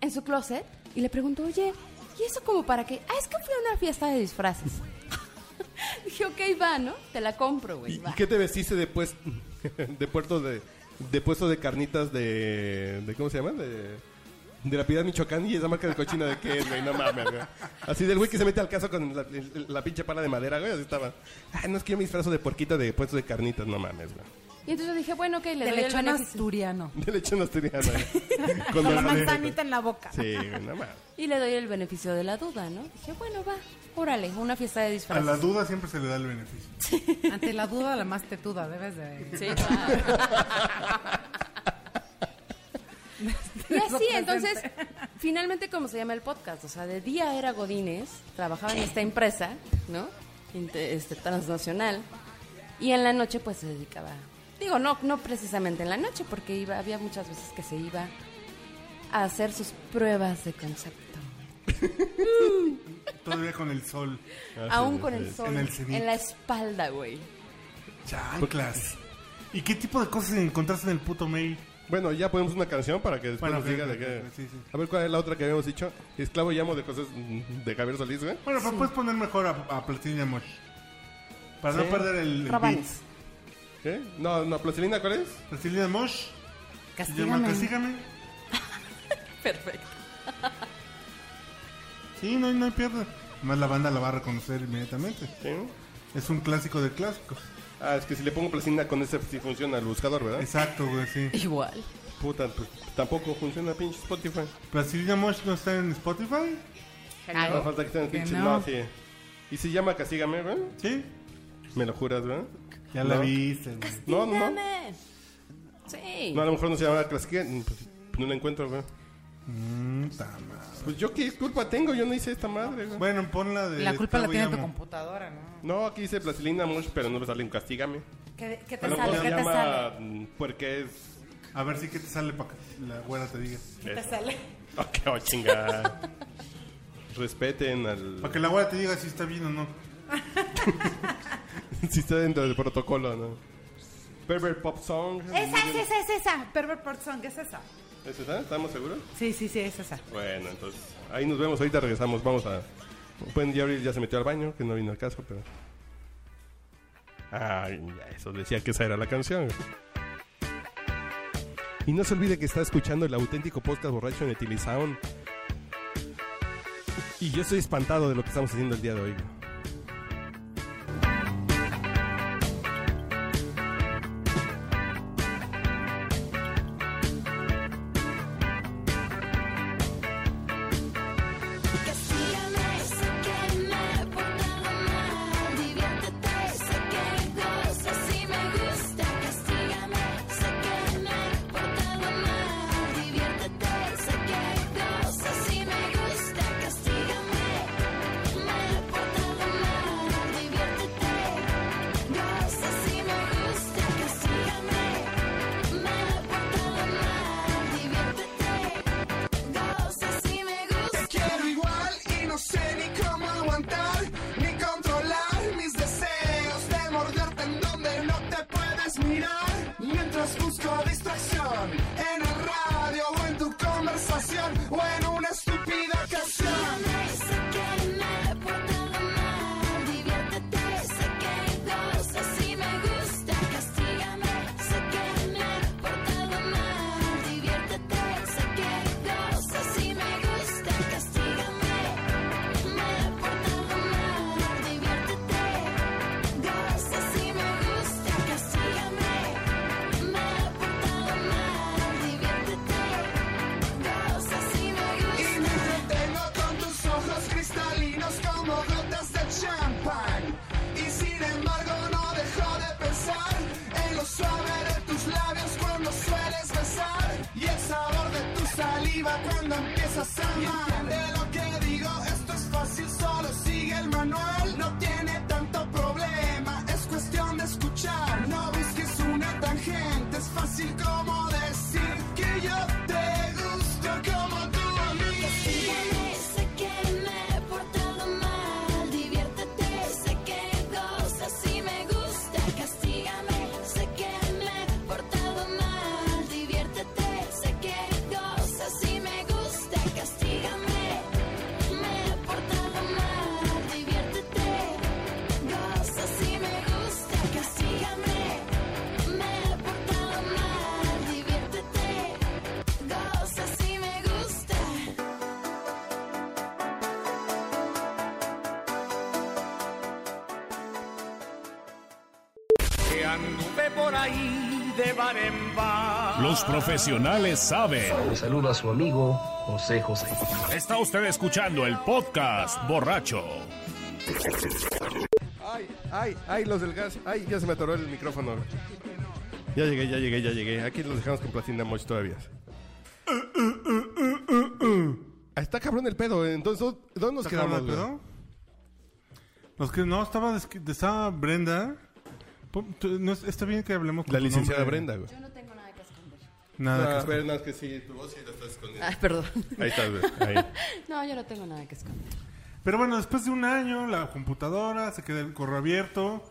Speaker 4: en su closet y le pregunto, oye, ¿y eso como para qué? Ah, es que fui a una fiesta de disfraces. [LAUGHS] Dije, ok, va, ¿no? Te la compro,
Speaker 2: ¿Y,
Speaker 4: güey.
Speaker 2: y
Speaker 4: va".
Speaker 2: qué te vestiste después [LAUGHS] de puerto de, de puesto de carnitas de, de cómo se llama? De, de la piedad Michoacán y esa marca de cochina de qué es, güey, no mames, güey. Así del güey que se mete al caso con la, el- la pinche pala de madera, güey, así estaba. Ah, no es que yo me disfrazo de porquito de puesto de carnitas, no mames, güey. [LAUGHS]
Speaker 4: Y entonces dije, bueno, ok, le
Speaker 3: De
Speaker 4: doy el
Speaker 3: lechón
Speaker 4: beneficio.
Speaker 3: asturiano.
Speaker 2: De leche no tenía nada. Con
Speaker 7: Con la
Speaker 2: dolor de-
Speaker 7: manzanita en la boca.
Speaker 2: Sí, güey, no mames.
Speaker 4: Y le doy el beneficio de la duda, ¿no? Dije, bueno, va, órale, una fiesta de
Speaker 1: A
Speaker 4: disfraces.
Speaker 1: la duda siempre se le da el beneficio.
Speaker 3: Ante la duda, la más tetuda, debes de...
Speaker 4: Sí, va. Y así, entonces, finalmente, como se llama el podcast? O sea, de día era Godínez, trabajaba en esta empresa, ¿no? Inte- Este, transnacional. Y en la noche, pues, se dedicaba. Digo, no, no precisamente en la noche, porque iba, había muchas veces que se iba a hacer sus pruebas de concepto.
Speaker 1: Todavía con el sol.
Speaker 2: Ah,
Speaker 4: aún con el sol.
Speaker 1: En el cenit.
Speaker 4: en la espalda, güey.
Speaker 1: Chanclas. ¿Y qué tipo de cosas encontraste en el puto mail?
Speaker 2: Bueno, ya ponemos una canción para que después
Speaker 1: Bueno,
Speaker 2: nos
Speaker 1: sí,
Speaker 2: diga de
Speaker 1: sí,
Speaker 2: qué.
Speaker 1: sí, sí.
Speaker 2: A ver cuál es la otra que habíamos dicho. Esclavo llamo de cosas mm, de Javier Solís, güey.
Speaker 1: Bueno, pero puedes poner mejor a, a Platini y a Mosh. Para no perder el, el beat.
Speaker 4: Rabanes.
Speaker 2: ¿Qué? No, no, plastilina, ¿cuál es?
Speaker 1: Platini y a Mosh. Se llama
Speaker 3: Castígame.
Speaker 1: Castígame.
Speaker 4: Perfecto.
Speaker 1: Sí, no hay, no hay pierde. Además la banda la va a reconocer inmediatamente.
Speaker 2: Sí.
Speaker 1: Es un clásico de clásicos.
Speaker 2: Ah, es que si le pongo plastilina con ese sí funciona el buscador, ¿verdad?
Speaker 1: Exacto, güey, sí.
Speaker 4: Igual.
Speaker 2: Puta, pues, tampoco funciona pinche Spotify.
Speaker 1: Platini y a Mosh no está en Spotify.
Speaker 2: No,
Speaker 3: Ay,
Speaker 2: falta que estén en
Speaker 3: que
Speaker 2: pinche.
Speaker 3: no.
Speaker 2: No. sí. Y se llama Castígame, ¿verdad?
Speaker 1: Sí.
Speaker 2: Me lo juras, ¿verdad?
Speaker 1: Ya la
Speaker 2: No.
Speaker 1: viste, güey.
Speaker 2: No, no, no.
Speaker 4: Dígame. Sí.
Speaker 2: No, a lo mejor no se llama Castígame. Pues, no la encuentro, güey.
Speaker 1: Puta madre.
Speaker 2: Pues yo qué culpa tengo, yo no hice esta madre, güey.
Speaker 1: Bueno, pon la de.
Speaker 3: La culpa la
Speaker 1: Esclavo
Speaker 3: tiene
Speaker 1: y
Speaker 3: tu
Speaker 1: Amo.
Speaker 3: computadora, ¿no?
Speaker 2: No, aquí dice plastilina mush, pero no me sale un castígame.
Speaker 7: ¿Qué, qué
Speaker 2: A
Speaker 7: te
Speaker 2: lo
Speaker 7: sale?
Speaker 2: mejor se
Speaker 7: ¿Qué te sale?
Speaker 2: llama mm, porque es.
Speaker 1: A ver si que te sale para que la güera te diga.
Speaker 7: ¿Qué te sale?
Speaker 2: Ok, [LAUGHS] oh, chinga. Respeten al.
Speaker 1: Para que la güera te diga si está bien o no.
Speaker 2: si está dentro del protocolo, ¿no? Pervert Pop Song.
Speaker 7: Esa, es esa, es esa. Pervert Person, ¿qué es esa?
Speaker 2: ¿Es esa? ¿Estamos seguros?
Speaker 3: Sí, sí, sí, es esa.
Speaker 2: Bueno, entonces. Ahí nos vemos, ahorita regresamos. Vamos a. Pueden ya abrir, ya se metió al baño, que no vino al caso, pero. Ay, ya, eso decía que esa era la canción. Y no se olvide que está escuchando el auténtico podcast borracho en Etilizaun. Y yo estoy espantado de lo que estamos haciendo el día de hoy.
Speaker 5: Castígame, sé que me he portado mal. Diviértete, sé que gozas y me gusta. Castígame, sé que me he portado mal. Diviértete, sé que gozas y me gusta. Castígame, me he portado
Speaker 8: anduve por ahí de bar en bar.
Speaker 6: Los profesionales saben.
Speaker 9: Le saluda su amigo José José.
Speaker 6: Está usted escuchando el podcast borracho.
Speaker 2: Ay, ay, ay, los del gas. Ay, ya se me atoró el micrófono. Ya llegué, ya llegué, ya llegué. Aquí los dejamos con Platina Moch todavía. Ah, Está cabrón el pedo, eh. entonces, ¿dó- ¿dónde nos
Speaker 1: ¿Está cabrón
Speaker 2: quedamos?
Speaker 1: el
Speaker 2: güey?
Speaker 1: pedo? Los que no, estaba, desqui- estaba Brenda. Pon- tú- no, es- está bien que hablemos con
Speaker 2: La
Speaker 1: tu
Speaker 2: licenciada
Speaker 1: nombre.
Speaker 2: Brenda, güey.
Speaker 4: Yo no tengo nada que esconder.
Speaker 1: Nada,
Speaker 2: Ah,
Speaker 1: que-
Speaker 2: pero no, es que sí, tu voz sí la estás escondiendo.
Speaker 4: [LAUGHS] Ay, perdón.
Speaker 2: Ahí estás, güey. Ahí.
Speaker 4: No, yo no tengo nada que esconder.
Speaker 1: Pero bueno, después de un año, la computadora, se queda el correo abierto.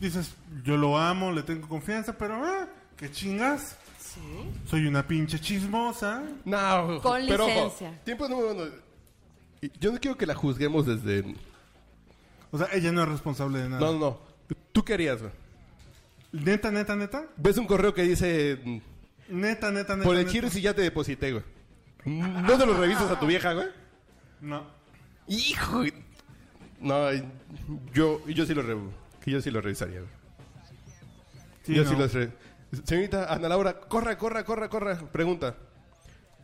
Speaker 1: Dices, yo lo amo, le tengo confianza, pero ah, qué chingas.
Speaker 4: Sí.
Speaker 1: Soy una pinche chismosa.
Speaker 2: No,
Speaker 4: Con
Speaker 2: pero ojo,
Speaker 4: licencia.
Speaker 2: tiempo número uno. Y Yo no quiero que la juzguemos desde.
Speaker 1: O sea, ella no es responsable de
Speaker 2: No,
Speaker 1: nada.
Speaker 2: no, no. ¿Tú qué harías, güey?
Speaker 1: Neta, neta, neta.
Speaker 2: Ves un correo que dice. mm,
Speaker 1: Neta, neta, neta.
Speaker 2: Por el
Speaker 1: neta.
Speaker 2: giro si ya te deposité, güey. ¿No te lo revisas a tu vieja, güey?
Speaker 1: No.
Speaker 2: Hijo. de- No, yo, yo sí lo re, que yo sí lo revisaría, güey.
Speaker 1: Sí,
Speaker 2: yo
Speaker 1: no.
Speaker 2: sí lo re. Señorita Ana Laura, corra, corra, corra, corra. Pregunta.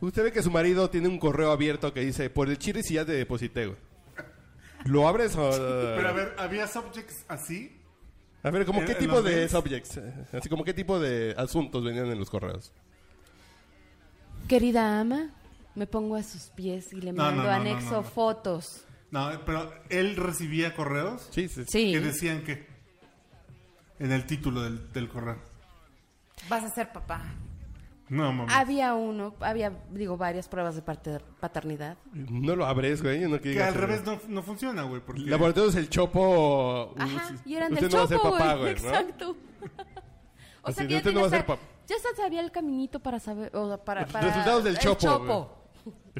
Speaker 2: Usted ve que su marido tiene un correo abierto que dice, por el chile si ya te deposité, güey. ¿Lo abres o...?
Speaker 1: Pero a ver, había subjects así.
Speaker 2: A ver, ¿cómo
Speaker 1: ¿En-
Speaker 2: qué
Speaker 1: en
Speaker 2: tipo
Speaker 1: los
Speaker 2: de
Speaker 1: mails?
Speaker 2: subjects? eh, Así como qué tipo de asuntos venían en los correos.
Speaker 4: Querida ama, me pongo a sus pies y le
Speaker 1: No, no,
Speaker 4: mando
Speaker 1: no, no,
Speaker 4: anexo
Speaker 1: no, no.
Speaker 4: fotos.
Speaker 1: No, pero él recibía correos
Speaker 2: Sí, sí.
Speaker 4: Sí.
Speaker 1: que decían que. En el título del, del correo.
Speaker 7: Vas a ser papá.
Speaker 1: No, mamá.
Speaker 4: Había uno, había, digo, varias pruebas de parte- paternidad.
Speaker 2: No lo abres, güey. No que
Speaker 1: Que
Speaker 2: digas,
Speaker 1: al
Speaker 2: eh,
Speaker 1: revés no, no funciona, güey. Porque...
Speaker 2: Laboratorio es el chopo...
Speaker 4: Ajá,
Speaker 2: us-
Speaker 4: y eran
Speaker 2: usted
Speaker 4: del
Speaker 2: no va a ser
Speaker 4: Chopo,
Speaker 2: papá,
Speaker 4: güey.
Speaker 2: güey, ¿no?
Speaker 4: Exacto. [LAUGHS] o
Speaker 2: Así,
Speaker 4: sea que ya
Speaker 2: usted no va a ser
Speaker 4: tienes-
Speaker 2: papá.
Speaker 4: Ya se sabía el caminito para saber, o sea, para, para
Speaker 2: Resultados del
Speaker 4: el
Speaker 2: Chopo,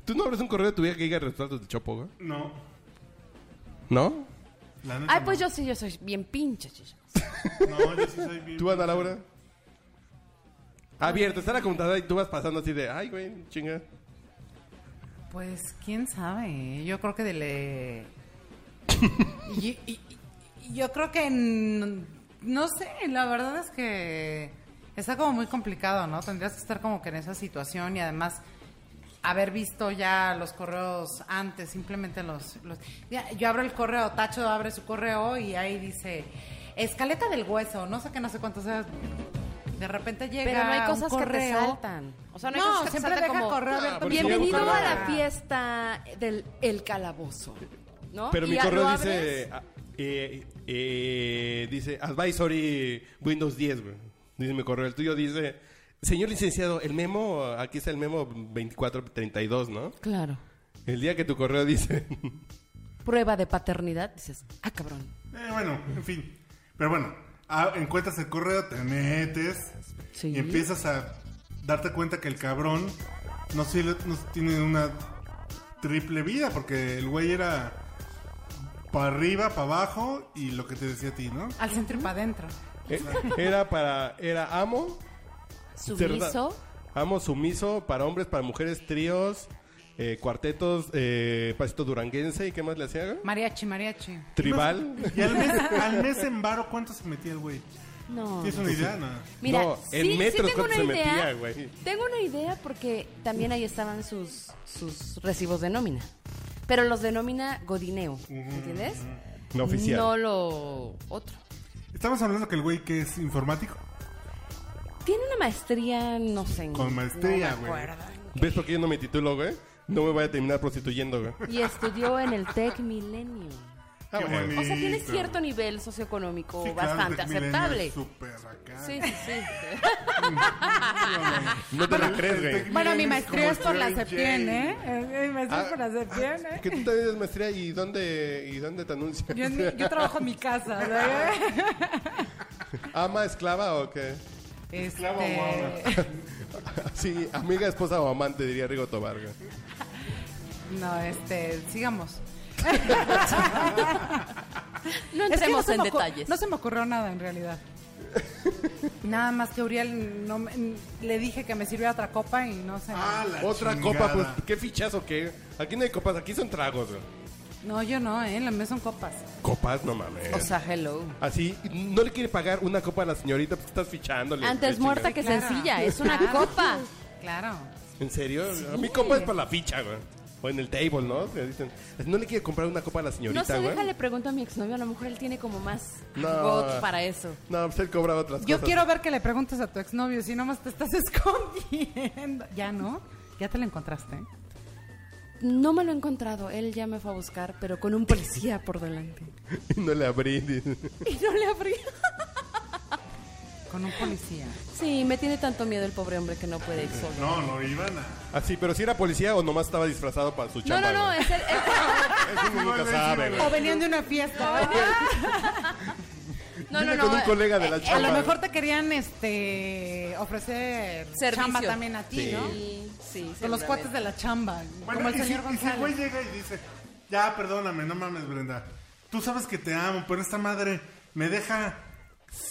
Speaker 2: ¿Tú no abres un correo de tu vieja que diga resultados de chopo, güey?
Speaker 1: No.
Speaker 2: ¿No?
Speaker 1: La neta,
Speaker 4: Ay, pues
Speaker 1: no.
Speaker 4: yo sí, yo soy bien pinche, chicha.
Speaker 1: No, yo sí soy bien.
Speaker 2: ¿Tú, Ana Laura? Abierto, está la computadora y tú vas pasando así de, ay, güey, chinga.
Speaker 3: Pues quién sabe. ¿eh? Yo creo que de le. y, y- y- yo creo que. n- No sé, la verdad es que. Está como muy complicado, ¿no? Tendrías que estar como que en esa situación y además haber visto ya los correos antes, simplemente los... los- Ya, yo abro el correo, Tacho abre su correo y ahí dice, escaleta del hueso, no sé qué, no sé cuánto, o sea, de repente llega
Speaker 4: Pero no hay
Speaker 3: un
Speaker 4: cosas que te
Speaker 3: correo.
Speaker 4: saltan. O sea, no hay cosas que te
Speaker 3: siempre
Speaker 4: saltan
Speaker 3: deja
Speaker 4: como, "Ah,
Speaker 3: correo abierto.
Speaker 2: porque
Speaker 4: Bienvenido
Speaker 2: Pero-
Speaker 4: a la fiesta del El Calabozo. ¿No?
Speaker 2: Pero
Speaker 4: Y
Speaker 2: mi
Speaker 4: ya
Speaker 2: correo
Speaker 4: lo
Speaker 2: dice,
Speaker 4: abres.
Speaker 2: ah, eh, eh, dice, advisory Windows 10, güey. Dice mi correo, el tuyo dice, señor licenciado, el memo, aquí está el memo 2432, ¿no?
Speaker 4: Claro.
Speaker 2: El día que tu correo dice, [LAUGHS]
Speaker 4: Prueba de paternidad, dices, ah, cabrón.
Speaker 1: Eh, bueno, en fin. Pero bueno, ah, encuentras el correo, te metes
Speaker 4: Sí.
Speaker 1: y empiezas a darte cuenta que el cabrón no, sé, no tiene una triple vida porque el güey era para arriba, para abajo y lo que te decía a ti, ¿no?
Speaker 3: Al centro y para adentro.
Speaker 2: eh, era para, era amo,
Speaker 4: Sumiso.
Speaker 2: Amo sumiso para hombres, para mujeres, tríos, eh, cuartetos, eh, pasito duranguense y qué más le hacía. güey?
Speaker 3: Mariachi, mariachi.
Speaker 7: [LAUGHS]
Speaker 2: Tribal.
Speaker 1: Y al mes, al mes en varo, ¿cuánto se metía el güey?
Speaker 7: Ah.
Speaker 4: No.
Speaker 1: ¿Tienes una idea? No.
Speaker 4: Mira,
Speaker 2: No, en
Speaker 4: sí, sí
Speaker 2: metros,
Speaker 4: tengo una
Speaker 2: ¿cuánto se
Speaker 4: idea.
Speaker 2: metía, güey?
Speaker 4: Tengo una idea porque también ahí estaban sus, sus recibos de nómina. Pero los de nómina godineo, ¿entiendes?
Speaker 2: No oficial.
Speaker 4: No lo otro.
Speaker 1: Estamos hablando que el güey que es informático
Speaker 4: Tiene una maestría, no sé. en-
Speaker 1: con maestría,
Speaker 4: no me
Speaker 1: güey.
Speaker 4: acuerdo.
Speaker 2: ¿Ves por qué yo no me titulo, güey? No me voy a terminar prostituyendo, güey.
Speaker 4: Y estudió en el Tech Millennium.
Speaker 2: Ah,
Speaker 1: Qué
Speaker 2: bueno.
Speaker 1: bonito.
Speaker 4: O sea, tiene cierto nivel socioeconómico
Speaker 1: Sí, claro,
Speaker 4: bastante
Speaker 1: Tech Millennium
Speaker 4: aceptable.
Speaker 1: es Súper acá.
Speaker 4: Sí, sí, sí. [LAUGHS]
Speaker 2: No te la crees,
Speaker 1: Tech
Speaker 2: güey.
Speaker 7: Bueno, mi
Speaker 1: Millennium es
Speaker 7: maestría
Speaker 1: como
Speaker 7: es por la
Speaker 1: J.J.,
Speaker 7: Septién, ¿eh? Eh, Mi maestría
Speaker 2: Ah,
Speaker 7: es por la Septién, ¿eh?
Speaker 2: Que tú también eres maestría y dónde, y dónde te anuncias.
Speaker 7: Yo, en mi- yo trabajo en mi casa, ¿verdad?
Speaker 2: [LAUGHS] ¿Ama, esclava o qué?
Speaker 3: Este,
Speaker 2: Sí, amiga, esposa o amante, diría Rigo Tobar, güey.
Speaker 3: no, este, sigamos.
Speaker 4: No
Speaker 7: Es que no
Speaker 4: entremos
Speaker 7: se
Speaker 4: en
Speaker 7: me ocu-
Speaker 4: detalles.
Speaker 7: No se me ocurrió nada en realidad.
Speaker 3: Nada más que Uriel no me- le dije que me sirviera otra copa y no sé.
Speaker 1: Ah, la
Speaker 2: Otra pues.
Speaker 1: chingada.
Speaker 2: copa, pues, qué fichazo, qué. Aquí no hay copas, aquí son tragos, güey.
Speaker 3: No, yo no, ¿eh? La mía son copas.
Speaker 2: Copas, no mames.
Speaker 4: O sea, hello.
Speaker 2: Así, no le quiere pagar una copa a la señorita, pues estás fichándole.
Speaker 4: Antes
Speaker 2: Qué
Speaker 4: muerta
Speaker 2: chingada.
Speaker 4: que sencilla, es una copa.
Speaker 3: Claro.
Speaker 2: ¿En serio? A mi copa es para la ficha, güey. O en el table, ¿no? Te dicen, no le quiere comprar una copa a la señorita,
Speaker 4: No sé,
Speaker 2: güey.
Speaker 4: déjale pregunto a mi exnovio, a lo mejor él tiene como más
Speaker 2: No.
Speaker 4: got para eso.
Speaker 2: No, pues él cobraba otras
Speaker 7: Yo
Speaker 2: cosas.
Speaker 7: quiero ver que le preguntes a tu exnovio si nomás te estás [LAUGHS] escondiendo.
Speaker 3: ¿Ya no? ¿Ya te la encontraste?
Speaker 4: No me lo he encontrado, él ya me fue a buscar, pero con un policía por delante.
Speaker 2: [LAUGHS] Y no le abrí. dice.
Speaker 4: [LAUGHS] Y no le abrí.
Speaker 3: Con un policía.
Speaker 4: Sí, me tiene tanto miedo el pobre hombre que no puede ir solo.
Speaker 1: No, no iban a.
Speaker 2: Así, pero si era policía o nomás estaba disfrazado para su
Speaker 4: No,
Speaker 2: chamba.
Speaker 4: no, no, [LAUGHS]
Speaker 2: güey.
Speaker 4: es
Speaker 2: [LAUGHS]
Speaker 4: el... es-
Speaker 2: Eso uno nunca sabe, güey.
Speaker 7: O venían de una fiesta.
Speaker 4: No, no,
Speaker 2: Viene
Speaker 4: no. eh.
Speaker 2: con un colega de la
Speaker 7: A
Speaker 2: chamba.
Speaker 7: lo mejor te querían este ofrecer
Speaker 4: Servicio.
Speaker 7: chamba también a ti,
Speaker 2: Sí.
Speaker 7: ¿no?
Speaker 4: Sí, sí,
Speaker 7: Con los
Speaker 4: seguramente.
Speaker 7: cuates de la chamba,
Speaker 1: Bueno,
Speaker 7: como el
Speaker 1: y si,
Speaker 7: señor
Speaker 1: y si el güey
Speaker 7: González.
Speaker 1: llega y dice, ya, perdóname, no mames, Brenda. Tú sabes que te amo, pero esta madre me deja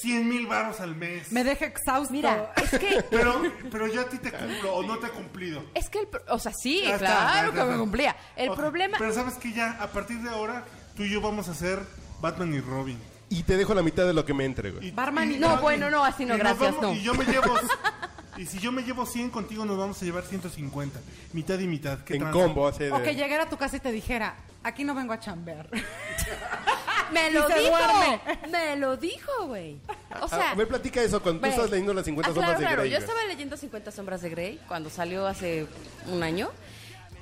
Speaker 1: 100 mil baros al mes.
Speaker 7: Me deja exhausto.
Speaker 4: Mira, es que...
Speaker 1: Pero, pero yo a ti te cumplo o no te he cumplido.
Speaker 4: Es que el... pro- O sea, sí,
Speaker 1: Ya está,
Speaker 4: claro
Speaker 1: ya está.
Speaker 4: que me cumplía. El
Speaker 1: Ok,
Speaker 4: problema...
Speaker 1: Pero sabes que ya, a partir de ahora, tú y yo vamos a ser Batman y Robin.
Speaker 2: Y te dejo la mitad de lo que me entre, güey.
Speaker 1: Y-
Speaker 7: Barman y-
Speaker 4: No, bueno, no, así no,
Speaker 1: y nos
Speaker 4: gracias,
Speaker 1: vamos-
Speaker 4: no.
Speaker 1: Y yo me llevo. y si yo me llevo 100 contigo, nos vamos a llevar 150. Mitad y mitad. ¿Qué
Speaker 2: En
Speaker 1: tranza?
Speaker 2: combo, así de...
Speaker 7: O que llegara a tu casa y te dijera, aquí no vengo a chambear.
Speaker 4: Me lo
Speaker 7: se
Speaker 4: dijo,
Speaker 7: duerme.
Speaker 4: me lo dijo, güey. O
Speaker 2: Ah,
Speaker 4: sea,
Speaker 2: me platica eso cuando tú
Speaker 4: Güey.
Speaker 2: estás leyendo las 50
Speaker 4: Ah,
Speaker 2: sombras
Speaker 4: claro,
Speaker 2: de
Speaker 4: claro.
Speaker 2: Grey.
Speaker 4: Yo
Speaker 2: güey.
Speaker 4: estaba leyendo 50 sombras de Grey cuando salió hace un año.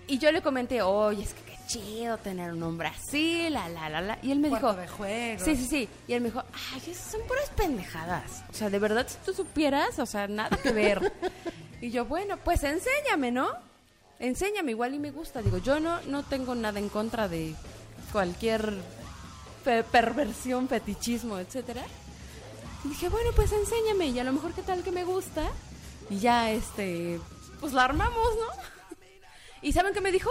Speaker 4: Y yo le comenté, oye, es que qué chido tener un hombre así, la, la, la, la. Y él me
Speaker 7: Cuarto
Speaker 4: dijo...
Speaker 7: de juego.
Speaker 4: Sí, sí, sí. Y él me dijo, ay, esas son puras pendejadas. O sea, de verdad, si tú supieras, o sea, nada que ver. y yo, bueno, pues enséñame, ¿no? Enséñame, igual y me gusta. Digo, yo no, no tengo nada en contra de cualquier pe- perversión, fetichismo, etcétera. Y dije, bueno, pues enséñame y a lo mejor qué tal que me gusta. Y ya, este, pues la armamos, ¿no? [LAUGHS] ¿Y saben qué me dijo?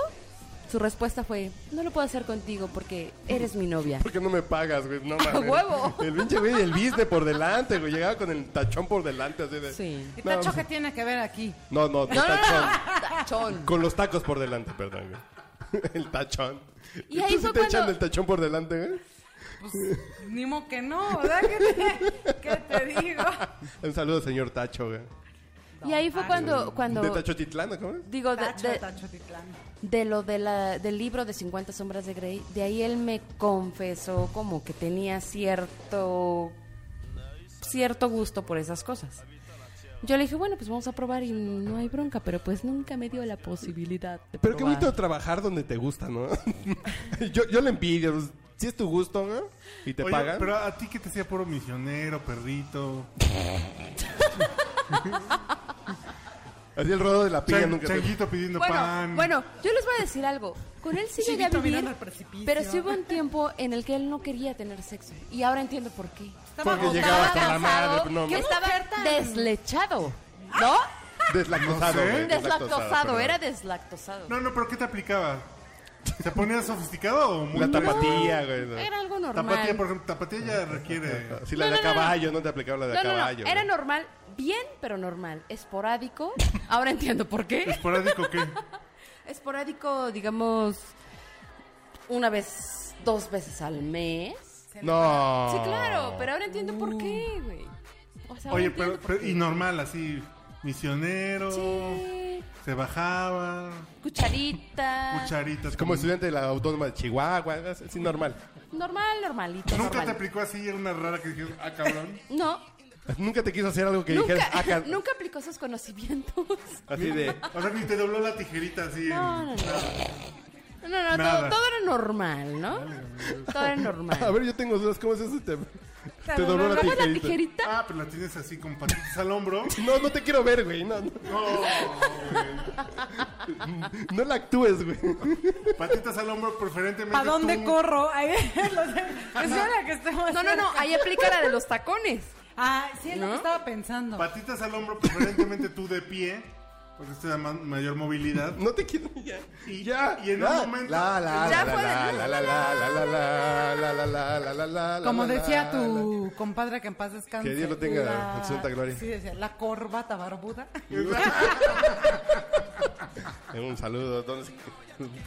Speaker 4: Su respuesta fue, no lo puedo hacer contigo porque eres mi novia.
Speaker 2: ¿Por qué no me pagas, güey?
Speaker 4: [LAUGHS]
Speaker 2: No mames.
Speaker 4: huevo!
Speaker 2: El pinche güey del business por delante, güey. Llegaba con el tachón por delante, así de...
Speaker 4: Sí.
Speaker 7: ¿Y
Speaker 2: No,
Speaker 7: Tacho qué tiene que ver aquí?
Speaker 2: no, no,
Speaker 4: No, no,
Speaker 2: [LAUGHS] tachón.
Speaker 4: no. Tachón.
Speaker 2: Con los tacos por delante, perdón, güey. [LAUGHS] El tachón.
Speaker 4: Y ahí
Speaker 2: tú sí
Speaker 4: fue
Speaker 2: te echan
Speaker 4: cuando-
Speaker 2: el tachón por delante, güey?
Speaker 7: Pues, ni mo que no, ¿verdad? ¿Qué te, qué te digo?
Speaker 2: Un saludo, señor Tacho, güey.
Speaker 4: Y ahí fue cuando, cuando
Speaker 2: ¿De Tacho Titlán, cómo es?
Speaker 4: digo, de,
Speaker 7: Tacho,
Speaker 4: de-
Speaker 7: Tacho Titlán.
Speaker 1: Pues
Speaker 4: de lo de la- del libro de 50 sombras de Grey, de ahí él me confesó como que tenía cierto, cierto gusto por esas cosas. Yo le dije, bueno, pues vamos a probar y no hay bronca, pero pues nunca me dio la posibilidad de
Speaker 2: Pero qué
Speaker 4: probar.
Speaker 2: bonito trabajar donde te gusta, ¿no? [LAUGHS] yo, yo le envidio. pues, Si es tu gusto, güey, y te
Speaker 1: Oye,
Speaker 2: pagan.
Speaker 1: Pero a ti que te sea puro misionero, perrito.
Speaker 2: Así el rodo de la piña
Speaker 1: chan-
Speaker 2: nunca te...
Speaker 1: changuito pidiendo
Speaker 4: Bueno,
Speaker 1: pan.
Speaker 4: bueno, yo les voy a decir algo. Con él sí llegué a
Speaker 7: Chiquito mirando
Speaker 4: vivir,
Speaker 7: al precipicio.
Speaker 4: pero
Speaker 2: [LAUGHS]
Speaker 4: sí hubo un tiempo en el que él no quería tener sexo. Y ahora entiendo por qué.
Speaker 7: Estaba
Speaker 2: Porque
Speaker 7: agotado.
Speaker 2: llegaba hasta la madre. pues, No,
Speaker 4: que
Speaker 2: mames.
Speaker 4: estaba
Speaker 7: mujer tan-
Speaker 4: deslechado, ¿no?
Speaker 2: [LAUGHS] Deslactosado,
Speaker 1: No sé.
Speaker 2: güey,
Speaker 4: Deslactosado,
Speaker 2: perdón.
Speaker 4: era deslactosado.
Speaker 1: No, no, pero ¿qué te aplicaba? ¿Te ponías sofisticado o muy
Speaker 2: La
Speaker 1: tapatía?
Speaker 2: tapatía, güey. no.
Speaker 4: Era algo normal.
Speaker 1: Tapatía, por ejemplo, tapatía ya requiere.
Speaker 2: Si la
Speaker 4: No,
Speaker 2: de
Speaker 4: no, no,
Speaker 2: caballo, no. te aplicaba la de
Speaker 4: no, no, no,
Speaker 2: caballo.
Speaker 4: era
Speaker 2: güey.
Speaker 4: normal, bien, pero normal. Esporádico, ahora entiendo por
Speaker 1: [LAUGHS]
Speaker 4: qué. [LAUGHS]
Speaker 1: ¿Esporádico qué?
Speaker 4: Esporádico, digamos, una vez, dos veces al mes.
Speaker 2: No.
Speaker 4: Sí,
Speaker 2: Ah.
Speaker 4: claro, pero ahora entiendo por qué, güey. O sea, ahora
Speaker 1: Oye,
Speaker 4: entiendo
Speaker 1: pero,
Speaker 4: por
Speaker 1: pero-
Speaker 4: qué.
Speaker 1: y normal, así, misionero,
Speaker 4: Sí,
Speaker 1: se bajaba,
Speaker 4: cucharita.
Speaker 1: cucharitas.
Speaker 2: Como estudiante de la Autónoma de Chihuahua, güey, así normal.
Speaker 4: normal, normalito,
Speaker 1: ¿Nunca te
Speaker 4: normal.
Speaker 1: aplicó así una rara que dijeron, ah, cabrón?
Speaker 4: No,
Speaker 2: Nunca te quiso hacer algo que dijeras,
Speaker 4: nunca,
Speaker 2: ah, ca-
Speaker 4: [LAUGHS] nunca aplicó sus conocimientos.
Speaker 2: así de...
Speaker 1: O sea, ni te dobló la tijerita así. en-
Speaker 4: No, no, no. No, no,
Speaker 1: Nada.
Speaker 4: todo, todo era normal, ¿no? Todo era
Speaker 2: "Ah, A
Speaker 4: normal.
Speaker 2: ver, yo tengo dudas, ¿cómo es eso? Te, te
Speaker 7: dobló
Speaker 2: dobló la
Speaker 4: ¿Cómo es la
Speaker 2: tijerita.
Speaker 4: tijerita?
Speaker 1: Ah, pero la tienes así con patitas al hombro.
Speaker 2: No, no te quiero ver, güey. No, no, no la actúes, güey.
Speaker 1: Patitas al hombro, preferentemente.
Speaker 7: ¿A dónde
Speaker 1: tú.
Speaker 7: corro? Ahí, [LAUGHS] lo sé. es la que esté más
Speaker 4: No, no, no,
Speaker 7: cerca.
Speaker 4: ahí aplica la de los tacones.
Speaker 7: Ah, sí, es lo
Speaker 4: ¿No?
Speaker 7: que estaba pensando.
Speaker 1: Patitas al hombro, preferentemente tú de pie, pues porque esto da ma- mayor movilidad.
Speaker 2: No te quiero ya.
Speaker 1: Y-
Speaker 2: [LAUGHS] ya.
Speaker 1: y en
Speaker 2: la,
Speaker 1: un momento-
Speaker 2: La, la, la,
Speaker 4: Ya
Speaker 2: la,
Speaker 4: fue-
Speaker 2: la, la, la, la, la, la, la, la, la, la, la, la, la,
Speaker 7: Como
Speaker 2: la,
Speaker 7: decía
Speaker 2: la,
Speaker 7: tu compadre que en paz descanse.
Speaker 2: Que Dios lo tenga
Speaker 7: la-
Speaker 2: en su santa gloria.
Speaker 3: [LAUGHS]
Speaker 7: Sí, decía, la corbata barbuda.
Speaker 2: Eh, Un saludo. ¿dónde-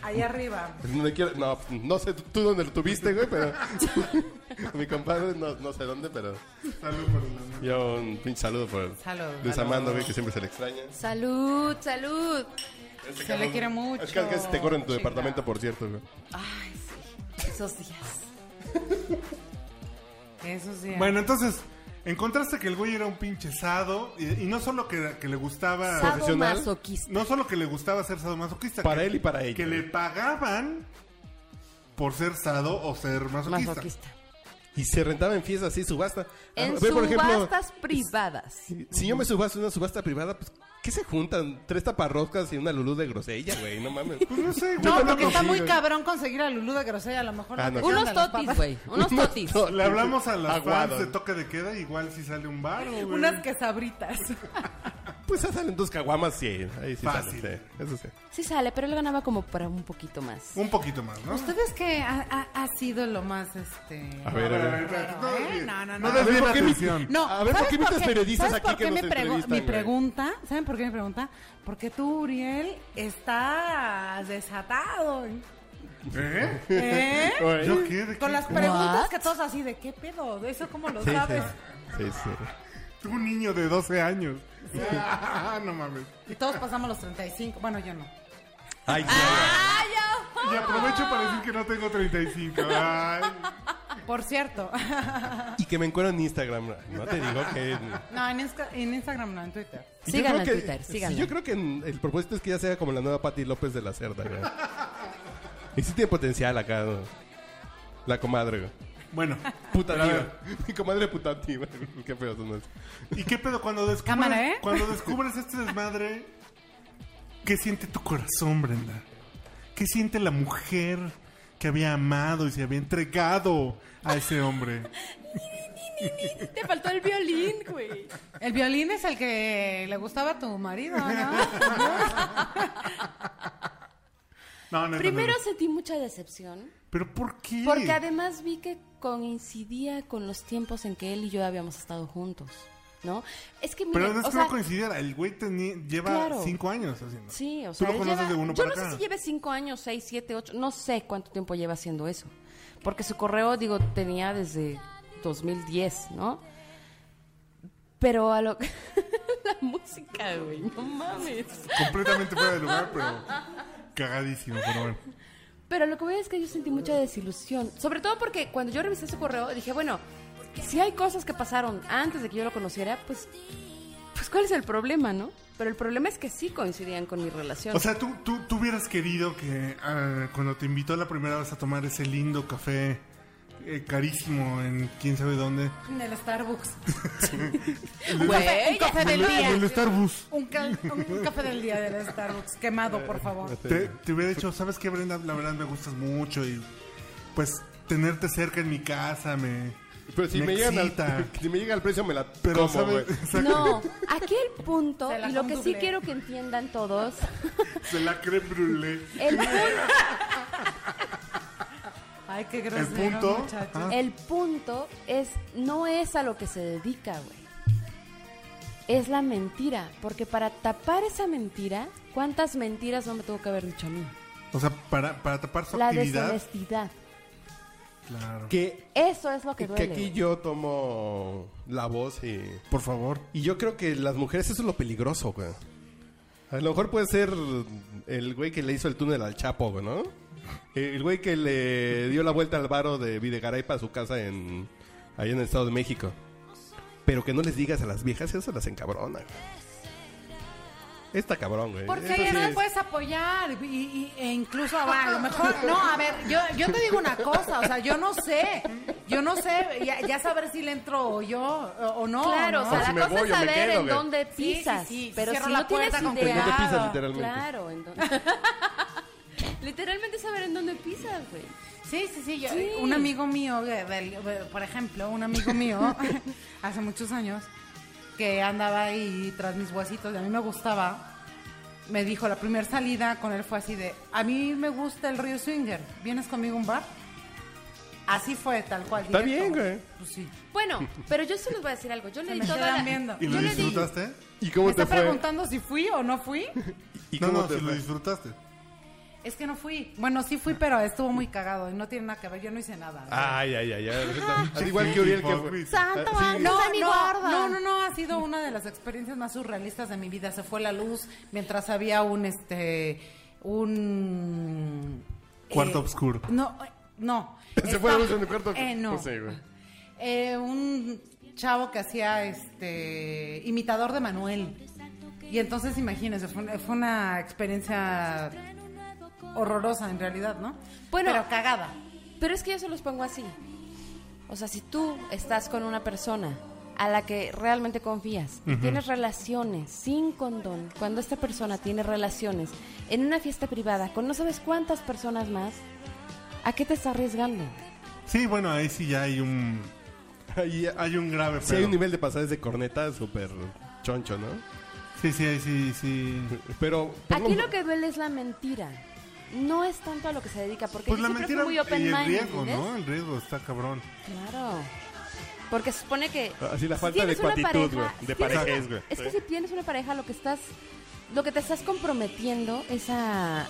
Speaker 7: Allá arriba.
Speaker 2: donde quiera- No, no sé tú dónde lo tuviste, güey,
Speaker 4: [LAUGHS]
Speaker 2: pero. [LAUGHS] mi compadre, no, no sé dónde, pero.
Speaker 1: Salud por el amor.
Speaker 2: Yo un pinche saludo por
Speaker 3: Salud,
Speaker 2: Luis
Speaker 3: salud.
Speaker 2: Amando, güey, que siempre se le extraña.
Speaker 4: Salud, salud.
Speaker 2: Este
Speaker 3: Se
Speaker 2: cabrón-
Speaker 3: le quiere mucho.
Speaker 2: Es que a veces te corren tu
Speaker 3: Chinga.
Speaker 2: departamento, por cierto, güey.
Speaker 4: Ay, sí. Esos días.
Speaker 3: Eso sí.
Speaker 1: Bueno, entonces, encontraste que el güey era un pinche sado y, y no solo que, que le gustaba...
Speaker 4: Sado
Speaker 2: Ah, profesional.
Speaker 4: masoquista.
Speaker 1: No solo que le gustaba ser sadomasoquista.
Speaker 2: Para
Speaker 1: que-
Speaker 2: él y para ella.
Speaker 1: Que le pagaban por ser sado o ser masoquista.
Speaker 4: Masoquista.
Speaker 2: Y se rentaba en fiestas así, subasta. Ah,
Speaker 10: En
Speaker 2: ve, por ejemplo,
Speaker 10: subastas privadas.
Speaker 2: si- si yo me subasto en una subasta privada, pues, ¿qué se juntan? Tres taparroscas y una lulú de grosella, güey, no
Speaker 3: [LAUGHS]
Speaker 2: mames.
Speaker 1: Pues no sé, güey.
Speaker 3: No,
Speaker 2: Yo
Speaker 3: porque
Speaker 2: tampoco
Speaker 3: está
Speaker 2: sí,
Speaker 3: muy
Speaker 2: güey.
Speaker 3: cabrón conseguir a Lulú de Grosella. A lo mejor
Speaker 2: Ah, no.
Speaker 3: no te
Speaker 10: Unos
Speaker 3: quedan las
Speaker 10: totis,
Speaker 3: papas.
Speaker 10: güey. Unos totis.
Speaker 1: Le hablamos a las
Speaker 2: Aguado.
Speaker 1: fans de toque de queda, igual si sale un bar o güey.
Speaker 3: Unas quesabritas.
Speaker 2: Pues ya salen dos caguamas, sí. Ahí sí
Speaker 1: Fácil.
Speaker 2: salen, sí, eso sí.
Speaker 4: Sí sale, pero él ganaba como para un poquito más.
Speaker 1: Un poquito más, ¿no?
Speaker 3: ¿Ustedes qué ha, ha- ha sido lo más, este...
Speaker 2: A ver, a ver.
Speaker 1: No,
Speaker 3: ¿eh?
Speaker 1: desvíen-
Speaker 3: No, no, no.
Speaker 1: no
Speaker 3: A
Speaker 2: ver,
Speaker 1: desvíen
Speaker 2: ¿por qué mi-
Speaker 1: atención.
Speaker 3: No,
Speaker 2: A ver, ¿por
Speaker 3: ¿sabes
Speaker 2: qué invitas periodistas
Speaker 3: sabes
Speaker 2: aquí
Speaker 3: por
Speaker 2: que
Speaker 3: qué
Speaker 2: nos
Speaker 3: me pregu-
Speaker 2: entrevistan,
Speaker 3: Mi
Speaker 2: güey?
Speaker 3: pregunta, ¿saben por qué mi pregunta? Porque tú, Uriel,
Speaker 2: [LAUGHS]
Speaker 3: estás desatado.
Speaker 1: ¿Eh?
Speaker 3: ¿Eh?
Speaker 2: Oye.
Speaker 1: ¿Yo qué? ¿De qué?
Speaker 3: Con las preguntas
Speaker 4: What?
Speaker 3: que todos así de qué pedo, eso cómo lo
Speaker 2: Sí,
Speaker 3: sabes.
Speaker 2: sí. Sí, sí.
Speaker 1: Un niño de 12 años. [LAUGHS] Ah, no mames.
Speaker 3: Y todos pasamos los 35. Bueno, yo no.
Speaker 2: Ay,
Speaker 3: Ah.
Speaker 2: claro.
Speaker 1: Y aprovecho para decir que no tengo 35. Ay.
Speaker 3: Por cierto. [LAUGHS]
Speaker 2: Y que me encuentro en Instagram. No te digo que.
Speaker 3: No, en, Insta- en Instagram no, en Twitter.
Speaker 2: Y yo
Speaker 4: Síganla
Speaker 2: creo
Speaker 4: en
Speaker 2: que-
Speaker 4: Twitter,
Speaker 2: sí,
Speaker 4: síganla.
Speaker 2: Yo creo que en- el propósito es que ya sea como la nueva Patti López de la Cerda, [LAUGHS] güey. Y sí tiene potencial acá, ¿no? La comadre, güey.
Speaker 1: Bueno,
Speaker 2: Puta
Speaker 1: Pero a
Speaker 2: tío. [LAUGHS] Mi comadre puta tío. Qué feo son esos.
Speaker 1: ¿y qué pedo cuando descubres,
Speaker 3: Cámara, ¿eh?
Speaker 1: cuando descubres este desmadre? ¿Qué siente tu corazón, Brenda? ¿Qué siente la mujer que había amado y se había entregado a ese hombre?
Speaker 4: Te faltó el violín, güey.
Speaker 3: El violín es el que le gustaba a tu marido, ¿no?
Speaker 1: No, no, no, no,
Speaker 4: Primero
Speaker 1: no.
Speaker 4: sentí mucha decepción.
Speaker 1: ¿Pero por qué?
Speaker 4: Porque además vi que coincidía con los tiempos en que él y yo habíamos estado juntos, ¿no? Es que,
Speaker 1: Pero no
Speaker 4: mira,
Speaker 1: es
Speaker 4: o
Speaker 1: que
Speaker 4: sea,
Speaker 1: no coincidiera. El güey tenía- lleva
Speaker 4: Claro.
Speaker 1: cinco años haciendo.
Speaker 4: sí, o
Speaker 1: Tú
Speaker 4: sea,
Speaker 1: lo
Speaker 4: él
Speaker 1: conoces
Speaker 4: lleva-
Speaker 1: de uno
Speaker 4: yo
Speaker 1: para
Speaker 4: no
Speaker 1: acá.
Speaker 4: sé si lleve cinco años, seis, siete, ocho, no sé cuánto tiempo lleva haciendo eso, porque su correo, digo, tenía desde 2010, ¿no? Pero a lo [LAUGHS] la música, güey, no mames.
Speaker 1: Completamente fuera de lugar, pero cagadísimo, pero bueno.
Speaker 4: Pero lo que voy a decir es que yo sentí mucha desilusión. Sobre todo porque cuando yo revisé su correo dije, bueno, si hay cosas que pasaron antes de que yo lo conociera, pues, pues ¿cuál es el problema, no? Pero el problema es que sí coincidían con mi relación.
Speaker 1: O sea, ¿tú, tú, tú hubieras querido que ah, cuando te invitó la primera vez a tomar ese lindo café eh, carísimo en quién sabe dónde.
Speaker 3: En el Starbucks.
Speaker 1: El,
Speaker 3: Un café, un café del día.
Speaker 1: el Starbucks.
Speaker 3: Un, cal- un café del día del Starbucks. Quemado, por favor.
Speaker 1: Te, te hubiera dicho, ¿sabes qué, Brenda? La verdad me gustas mucho y pues tenerte cerca en mi casa me.
Speaker 2: Pero si me, llegan al, [LAUGHS]
Speaker 1: excita.
Speaker 2: si me llega al precio, me la
Speaker 1: Pero,
Speaker 2: como,
Speaker 1: ¿sabes?
Speaker 2: güey.
Speaker 1: Exacto.
Speaker 4: no, aquí el punto,
Speaker 3: Se la
Speaker 4: y lo que sí
Speaker 3: condublé.
Speaker 4: quiero que entiendan todos,
Speaker 1: Se la creme brûlée.
Speaker 4: el,
Speaker 1: Ah.
Speaker 4: pun-
Speaker 3: Ay, qué
Speaker 1: El
Speaker 3: grosero,
Speaker 1: punto.
Speaker 3: muchachos.
Speaker 1: ah,
Speaker 4: el punto es, no es a lo que se dedica, güey. Es la mentira, porque para tapar esa mentira, ¿cuántas mentiras no me tuvo que haber dicho a mí?
Speaker 1: o sea, para, para tapar su
Speaker 4: La
Speaker 1: actividad.
Speaker 4: deshonestidad.
Speaker 1: Claro.
Speaker 2: Que,
Speaker 4: Eso es lo que
Speaker 2: que
Speaker 4: duele.
Speaker 2: aquí yo tomo la voz y.
Speaker 1: Por favor.
Speaker 2: Y yo creo que las mujeres eso es lo peligroso, güey. A lo mejor puede ser el güey que le hizo el túnel al Chapo, güey, ¿no? Eh, El güey que le dio la vuelta al varo de Videgaray para su casa en ahí en el Estado de México. Pero que no les digas a las viejas, eso las encabrona. güey. Está cabrón, güey.
Speaker 3: Porque
Speaker 2: Eso
Speaker 3: ahí
Speaker 2: sí
Speaker 3: no
Speaker 2: es-
Speaker 4: pues?
Speaker 3: puedes apoyar y, y- e incluso va, a lo mejor, no, a ver, yo, yo te digo una cosa, o sea, yo no sé, yo no sé, ya, ya sabré si le entro yo o o no.
Speaker 4: Claro,
Speaker 3: ¿no?
Speaker 4: o sea,
Speaker 2: O
Speaker 4: la
Speaker 2: si me
Speaker 4: cosa
Speaker 2: voy
Speaker 4: es
Speaker 2: o me
Speaker 4: saber
Speaker 2: quedo,
Speaker 4: en
Speaker 2: güey.
Speaker 4: dónde
Speaker 3: Sí, sí,
Speaker 4: pisas.
Speaker 3: sí, sí,
Speaker 4: Pero
Speaker 3: cierro
Speaker 4: si
Speaker 3: la
Speaker 4: no tienes
Speaker 3: puerta con
Speaker 2: Pues no te
Speaker 4: idea.
Speaker 2: pisas
Speaker 3: Claro,
Speaker 2: literalmente.
Speaker 4: Claro, en dónde- [LAUGHS] literalmente saber en dónde pisas, güey.
Speaker 3: Sí, sí, sí, yo-
Speaker 4: Sí.
Speaker 3: un amigo mío, de- del- de- por ejemplo, un amigo mío, [LAUGHS] hace muchos años, que andaba ahí tras mis huesitos, y a mí me gustaba, me dijo la primera salida con él fue así de, a mí me gusta el río Swinger, ¿vienes conmigo a un bar? Así fue, tal cual.
Speaker 2: Está
Speaker 3: directo,
Speaker 2: bien, güey.
Speaker 3: Pues sí.
Speaker 4: Bueno, pero yo sí les voy a decir algo. Yo le
Speaker 3: Se
Speaker 4: di
Speaker 3: me
Speaker 4: toda
Speaker 3: quedan
Speaker 4: la...
Speaker 3: viendo.
Speaker 1: ¿Y lo
Speaker 4: yo le di-
Speaker 1: disfrutaste?
Speaker 2: ¿Y
Speaker 3: ¿Me
Speaker 2: cómo te
Speaker 3: está
Speaker 2: fue?
Speaker 3: preguntando si fui o no fui?
Speaker 2: ¿Y
Speaker 1: no,
Speaker 2: cómo
Speaker 1: no,
Speaker 2: te
Speaker 1: si lo
Speaker 2: fue?
Speaker 1: disfrutaste.
Speaker 3: Es que no fui. Bueno, sí fui, pero estuvo muy cagado y no tiene nada que ver. Yo no hice nada.
Speaker 2: Ay, ay, ay, ay.
Speaker 4: [LAUGHS]
Speaker 2: Al igual que Uriel que fue.
Speaker 4: Santa
Speaker 2: Ah, sí.
Speaker 4: Ana.
Speaker 3: No,
Speaker 4: Sammy
Speaker 3: no,
Speaker 4: Guarda.
Speaker 3: no, no, no, ha sido una de las experiencias más surrealistas de mi vida. Se fue la luz mientras había un, este, un... eh,
Speaker 1: Cuarto oscuro.
Speaker 3: No, eh, no.
Speaker 2: [LAUGHS] Se fue la luz
Speaker 3: Estaba-
Speaker 2: en el cuarto.
Speaker 3: Eh, no.
Speaker 2: Pues sí, güey.
Speaker 3: Eh, un chavo que hacía, este, imitador de Manuel. Y entonces, imagínense, fue, una- fue una experiencia horrorosa en realidad, ¿no?
Speaker 4: Bueno.
Speaker 3: Pero cagada.
Speaker 4: Pero es que yo se los pongo así. O sea, si tú estás con una persona a la que realmente confías y tienes relaciones sin condón, cuando esta persona tiene relaciones en una fiesta privada con no sabes cuántas personas más, ¿a qué te está arriesgando?
Speaker 1: Sí, bueno, ahí sí ya hay un
Speaker 2: Ahí, ah,
Speaker 1: hay un grave
Speaker 2: sí hay
Speaker 1: pedo.
Speaker 2: un nivel de pasadas de corneta súper choncho, ¿no?
Speaker 1: Sí, sí, ahí sí, sí.
Speaker 2: Pero.
Speaker 1: Pues
Speaker 4: Aquí
Speaker 2: pongo-
Speaker 4: lo que duele es la mentira. No es tanto a lo que se dedica, porque
Speaker 1: Pues
Speaker 4: yo
Speaker 1: la
Speaker 4: siempre fui
Speaker 1: mentira
Speaker 4: muy
Speaker 1: y
Speaker 4: open
Speaker 1: el
Speaker 4: mind.
Speaker 1: riesgo,
Speaker 4: ¿entiendes?
Speaker 1: ¿no? El riesgo está cabrón.
Speaker 4: Claro. Porque se supone que.
Speaker 2: Así Ah, la
Speaker 4: si
Speaker 2: falta de
Speaker 4: tienes una
Speaker 2: cuatitud,
Speaker 4: pareja-
Speaker 2: güey, de
Speaker 4: si tienes
Speaker 2: parejes,
Speaker 4: una-
Speaker 2: güey.
Speaker 4: Es que si tienes una pareja, lo que estás. Lo que te estás comprometiendo es a.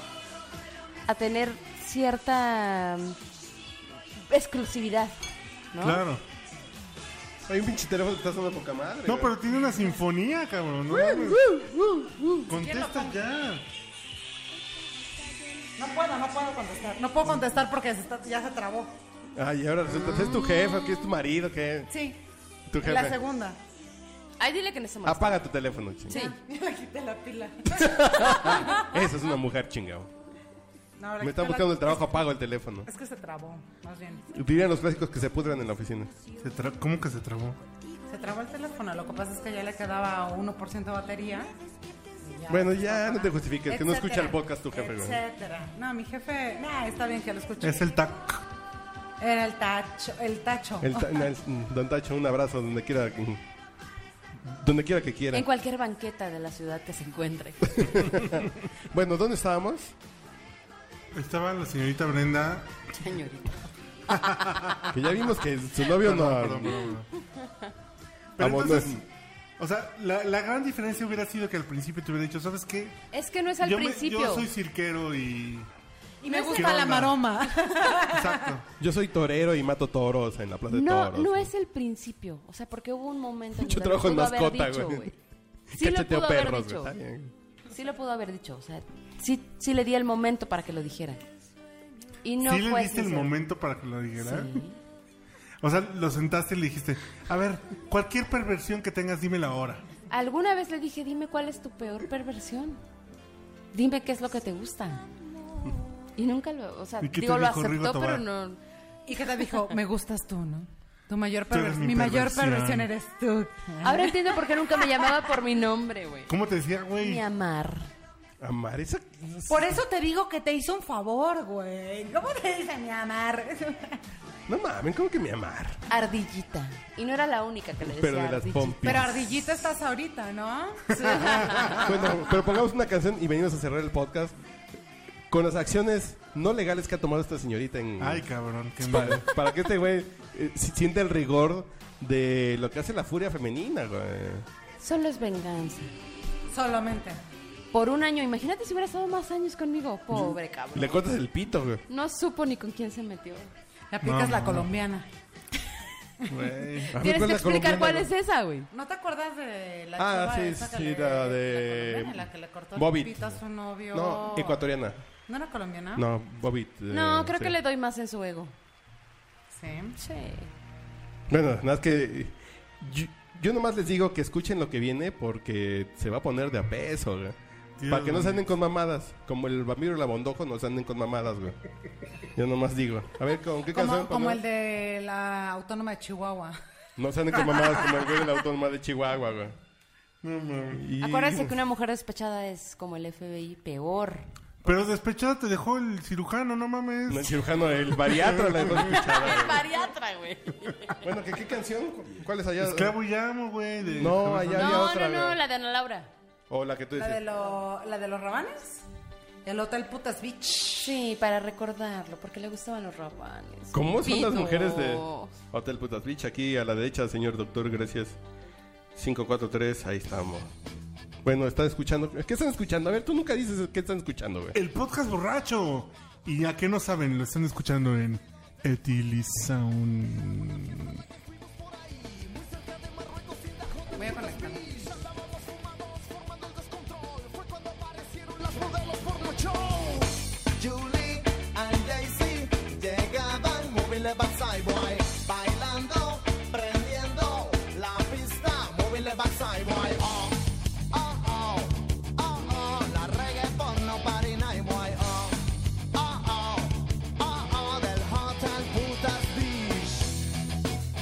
Speaker 4: a tener cierta. mm, exclusividad, ¿no?
Speaker 1: Claro.
Speaker 2: Hay un pinche teléfono que está sonando poca madre.
Speaker 1: No,
Speaker 2: güey.
Speaker 1: pero tiene una sinfonía, cabrón. ¿no? Contesta ya.
Speaker 3: No puedo, no puedo contestar. No puedo contestar porque se está- ya se trabó.
Speaker 2: Ay, ahora resulta. ¿Es tu jefa? ¿Qué es tu marido? ¿Qué?
Speaker 3: Sí.
Speaker 2: Tu jefe.
Speaker 3: La segunda. [LAUGHS]
Speaker 4: Ay, dile que no se moleste.
Speaker 2: Apaga tu teléfono, chingado.
Speaker 4: Sí.
Speaker 3: Ya le quité la pila.
Speaker 2: Esa es una mujer chingado.
Speaker 3: No, le
Speaker 2: Me están
Speaker 3: quité la-
Speaker 2: buscando el trabajo, apago el teléfono.
Speaker 3: Es que se trabó, más bien.
Speaker 2: Dirían los clásicos que se pudran en la oficina.
Speaker 1: Se tra- ¿Cómo que se trabó?
Speaker 3: Se trabó el teléfono. Lo que pasa es que ya le quedaba 1% de batería. y ya.
Speaker 2: Bueno, ya no te justifiques, que no escucha el podcast tu jefe, güey.
Speaker 3: Etcétera. No, mi jefe. Nah, está bien que lo escuche.
Speaker 1: Es el tac.
Speaker 3: Era el tacho. El tacho.
Speaker 2: El ta- no, el- mm, don Tacho, un abrazo donde quiera que- mm, donde quiera que quiera.
Speaker 4: En cualquier banqueta de la ciudad que se
Speaker 2: [LAUGHS]
Speaker 4: encuentre.
Speaker 2: Bueno, ¿dónde estábamos?
Speaker 1: Estaba la señorita Brenda.
Speaker 4: Señorita.
Speaker 2: Que ya vimos que su novio no.
Speaker 1: Perdón, perdón, perdón. Pero
Speaker 2: Vamos,
Speaker 1: entonces,
Speaker 2: no.
Speaker 1: o sea, la, la gran diferencia hubiera sido que al principio te hubiera dicho, ¿sabes qué?
Speaker 4: Es que no es al
Speaker 1: yo, me-
Speaker 4: principio.
Speaker 1: yo soy cirquero
Speaker 4: [LAUGHS]
Speaker 1: y...
Speaker 3: Y me
Speaker 1: ¿Qué
Speaker 3: gusta la
Speaker 1: onda?
Speaker 3: maroma. [LAUGHS]
Speaker 1: Exacto.
Speaker 2: Yo soy torero y mato toros en la plaza de
Speaker 4: No,
Speaker 2: toros.
Speaker 4: no es el principio. O sea, porque hubo un momento en
Speaker 2: Yo
Speaker 4: donde lo
Speaker 2: trabajo en
Speaker 4: pudo haber
Speaker 2: mascota,
Speaker 4: dicho,
Speaker 2: güey. [LAUGHS]
Speaker 4: Sí lo
Speaker 2: Cacheteo
Speaker 4: pudo haber
Speaker 2: perros,
Speaker 4: dicho.
Speaker 2: güey. Está bien.
Speaker 4: Sí lo pudo haber dicho. O sea, sí, sí le di el momento para que lo dijera. Y no
Speaker 1: ¿Sí le
Speaker 4: fue
Speaker 1: diste el
Speaker 4: sincero.
Speaker 1: momento para que lo dijera?
Speaker 4: Sí.
Speaker 1: O sea, lo sentaste y le dijiste, a ver, cualquier perversión que tengas, dímela ahora.
Speaker 4: Alguna vez le dije, dime cuál es tu peor perversión. Dime qué es lo que te gusta. Y nunca lo, o sea,
Speaker 1: ¿Y qué te
Speaker 4: digo, lo
Speaker 1: dijo Rigo
Speaker 4: aceptó, pero
Speaker 1: Tobar?
Speaker 4: no.
Speaker 3: Y que te dijo, me gustas tú, ¿no? Tu mayor
Speaker 1: Tú eres
Speaker 3: perversión.
Speaker 1: mi
Speaker 3: Mi mayor
Speaker 1: perversión.
Speaker 3: perversión eres tú.
Speaker 4: Ahora entiendo por qué nunca me llamaba por mi nombre, güey.
Speaker 1: ¿Cómo te decía,
Speaker 4: Ni
Speaker 1: güey?
Speaker 4: amar.
Speaker 2: Amar esa.
Speaker 3: Por eso te digo que te hizo un favor, güey. ¿Cómo te dice mi amar?
Speaker 2: No mames, ¿cómo que mi amar?
Speaker 4: Ardillita. Y no era la única que le decía
Speaker 2: Pero de las
Speaker 4: ardillita.
Speaker 2: pompis.
Speaker 3: Pero ardillita estás ahorita, ¿no?
Speaker 2: Bueno, pero pongamos una canción y venimos a cerrar el podcast con las acciones no legales que ha tomado esta señorita en.
Speaker 1: Ay, cabrón, qué
Speaker 2: para,
Speaker 1: mal.
Speaker 2: para que este güey eh, si- sienta el rigor de lo que hace la furia femenina, güey.
Speaker 4: Solo es venganza.
Speaker 3: Solamente.
Speaker 4: Por un año. Imagínate si hubiera estado más años conmigo. Pobre cabrón.
Speaker 2: Le cortas el pito, güey.
Speaker 4: No supo ni con quién se metió.
Speaker 3: La aplicas
Speaker 1: No,
Speaker 3: la
Speaker 1: no.
Speaker 3: colombiana.
Speaker 1: Güey.
Speaker 4: Tienes
Speaker 2: ¿cuál
Speaker 4: que
Speaker 2: es la
Speaker 4: explicar
Speaker 2: colombiana,
Speaker 4: cuál
Speaker 2: güey?
Speaker 4: es esa, güey.
Speaker 3: ¿No te acuerdas de la
Speaker 2: Ah,
Speaker 3: chava
Speaker 2: sí,
Speaker 3: esa que
Speaker 2: sí,
Speaker 3: le-
Speaker 2: la de-
Speaker 3: la colombiana, la que le cortó
Speaker 2: Bobbitt.
Speaker 3: el pito a su novio?
Speaker 2: No, ecuatoriana.
Speaker 3: ¿No era colombiana?
Speaker 2: No, Bobby. eh,
Speaker 4: ¿Ah? No, creo
Speaker 2: sí.
Speaker 4: que le doy más en su ego.
Speaker 3: Sí.
Speaker 4: Sí.
Speaker 2: Bueno, nada, es que. Yo, yo nomás les digo que escuchen lo que viene porque se va a poner de a peso, güey.
Speaker 1: Dios
Speaker 2: Para que no se
Speaker 1: mío.
Speaker 2: anden con mamadas. Como el vampiro y la bondojo no se anden con mamadas, güey. Yo nomás digo. A ver, ¿con qué
Speaker 3: Como,
Speaker 2: canción?
Speaker 3: como
Speaker 2: ponemos?
Speaker 3: el de la autónoma de Chihuahua.
Speaker 2: No se anden con mamadas como el güey de la autónoma de Chihuahua, güey.
Speaker 1: No mames.
Speaker 2: Y-
Speaker 4: Acuérdense que una mujer despechada es como el FBI, [LAUGHS] peor.
Speaker 1: Pero despechada te dejó el cirujano, no
Speaker 2: No, el
Speaker 1: mames.
Speaker 2: cirujano, el bariatra la hemos escuchado. güey.
Speaker 4: Bariatra, güey.
Speaker 2: Bueno, ¿qué, qué canción? ¿Cuál es allá?
Speaker 1: Esclavo y amo, güey. de-
Speaker 2: No, allá había
Speaker 4: No,
Speaker 2: otra.
Speaker 4: no, no,
Speaker 2: güey.
Speaker 4: la de Ana Laura.
Speaker 2: O la que tú
Speaker 3: ¿La de,
Speaker 2: dices.
Speaker 3: lo- ¿La de los rabanes? El Hotel Putas Beach.
Speaker 4: Sí, para recordarlo, porque le gustaban los rabanes.
Speaker 2: ¿Cómo son las
Speaker 4: Vino.
Speaker 2: mujeres de Hotel Putas Beach? Aquí a la derecha, señor doctor, gracias. 543, ahí estamos. Bueno, están escuchando. ¿Qué están escuchando? A ver, tú nunca dices qué están escuchando, güey.
Speaker 1: El podcast borracho. Y ya que no saben, lo están escuchando en Etilisound.
Speaker 3: Voy a conectarlo.
Speaker 11: Julie and Daisy llegaban móviles by Cyboy, bailando, prendiendo la pista, móviles by Cyboy. Oh, oh, oh, oh, oh, la reggaeton no parina y boy. Oh, oh, oh, oh, oh, del hotel putas beach.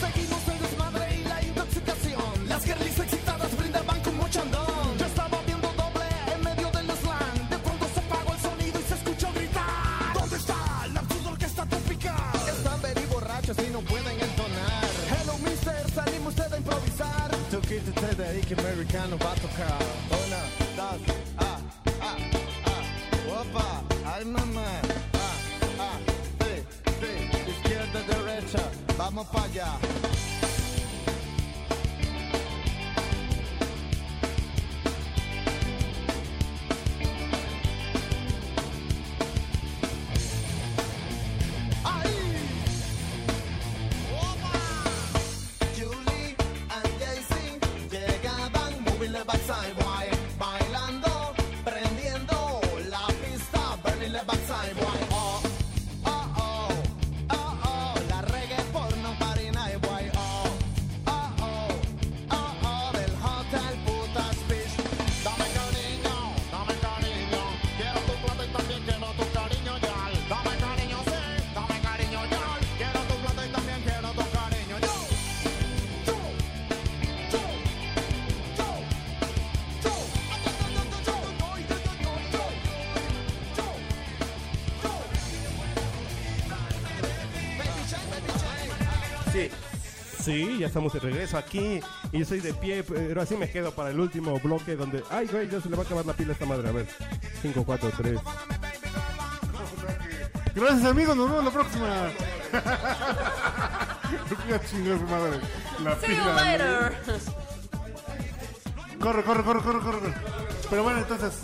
Speaker 11: Seguimos el desmadre y la intoxicación. Las guerrillas excitadas brindaban con mucho andón. Yo estaba viendo doble en medio del slam. De pronto se apagó el sonido y se escuchó gritar. ¿Dónde está la absurda orquesta tropical? Están very borrachos y no pueden entonar. Hello, mister, salimos usted a improvisar. Tu kit usted ahí que americano va a tocar. Una, dos, ah, ah, ah. Opa, ay mamá. Ah, ah, sí, sí. Izquierda, derecha, vamos para allá. Julie and Jay-Z llegaban móviles by Sideway, bailando, prendiendo la pista, Bernie by Sideway. Oh, oh, oh, oh, oh, la reggae porno parina y guay. Oh, oh, oh, oh, oh, del hotel putas bitch. Dame cariño, dame cariño, quiero tu plata y también quiero tu cariño ya. Dame cariño, sí, dame cariño ya, quiero tu plata y también quiero tu cariño ya.
Speaker 2: Sí. Sí, ya estamos de regreso aquí. Y yo soy de pie, pero así me quedo para el último bloque donde. Ay, güey, ya se le va a acabar la pila a esta madre. A ver. 5, 4, 3.
Speaker 1: Gracias, amigos. Nos vemos la próxima. [LAUGHS] Ya chingó su madre. La
Speaker 10: See you
Speaker 1: pila,
Speaker 10: later.
Speaker 1: güey. Corre, corre, corre, corre, corre. Pero bueno, entonces.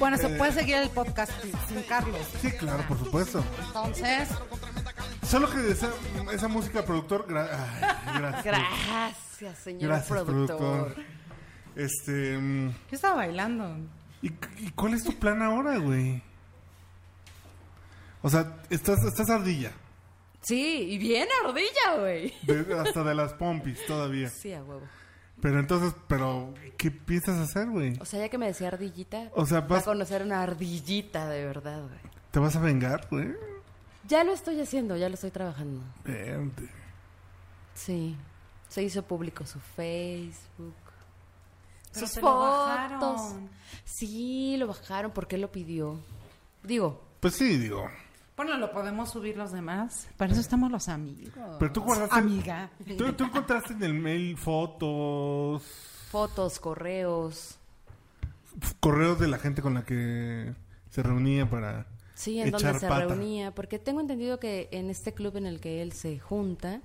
Speaker 3: Bueno, se
Speaker 1: Eh.
Speaker 3: puede seguir el podcast sin Carlos.
Speaker 1: Sí, claro, por supuesto.
Speaker 3: Entonces,
Speaker 1: Solo que esa, esa música, productor. gra- ay, gracias.
Speaker 10: Gracias, señor
Speaker 1: Gracias,
Speaker 10: productor.
Speaker 1: productor. Este. mm,
Speaker 3: yo estaba bailando.
Speaker 1: ¿Y, y cuál es tu plan ahora, güey? O sea, estás, estás ardilla.
Speaker 10: Sí, y bien ardilla, güey.
Speaker 1: de- hasta de las pompis todavía.
Speaker 10: Sí, a huevo.
Speaker 1: Pero entonces, pero ¿qué piensas hacer, güey?
Speaker 10: O sea, ya que me decía ardillita,
Speaker 1: O sea,
Speaker 10: va a
Speaker 1: vas-
Speaker 10: conocer una ardillita de verdad, güey.
Speaker 1: ¿te vas a vengar, güey?
Speaker 4: Ya lo estoy haciendo, ya lo estoy trabajando.
Speaker 1: Verde.
Speaker 4: Sí. Se hizo público su Facebook.
Speaker 3: Pero
Speaker 4: sus
Speaker 3: te lo
Speaker 4: fotos.
Speaker 3: bajaron.
Speaker 4: sí, lo bajaron porque lo pidió. Digo,
Speaker 1: Pues sí, digo.
Speaker 3: Bueno, lo podemos subir los demás. Para eso estamos los amigos.
Speaker 1: Pero tú guardaste-
Speaker 3: Amiga.
Speaker 1: ¿Tú, tú encontraste en el mail fotos,
Speaker 4: fotos, correos.
Speaker 1: correos de la gente con la que se reunía para
Speaker 4: Sí, en
Speaker 1: echar
Speaker 4: donde se
Speaker 1: pata.
Speaker 4: reunía. Porque tengo entendido que en este club en el que él se junta,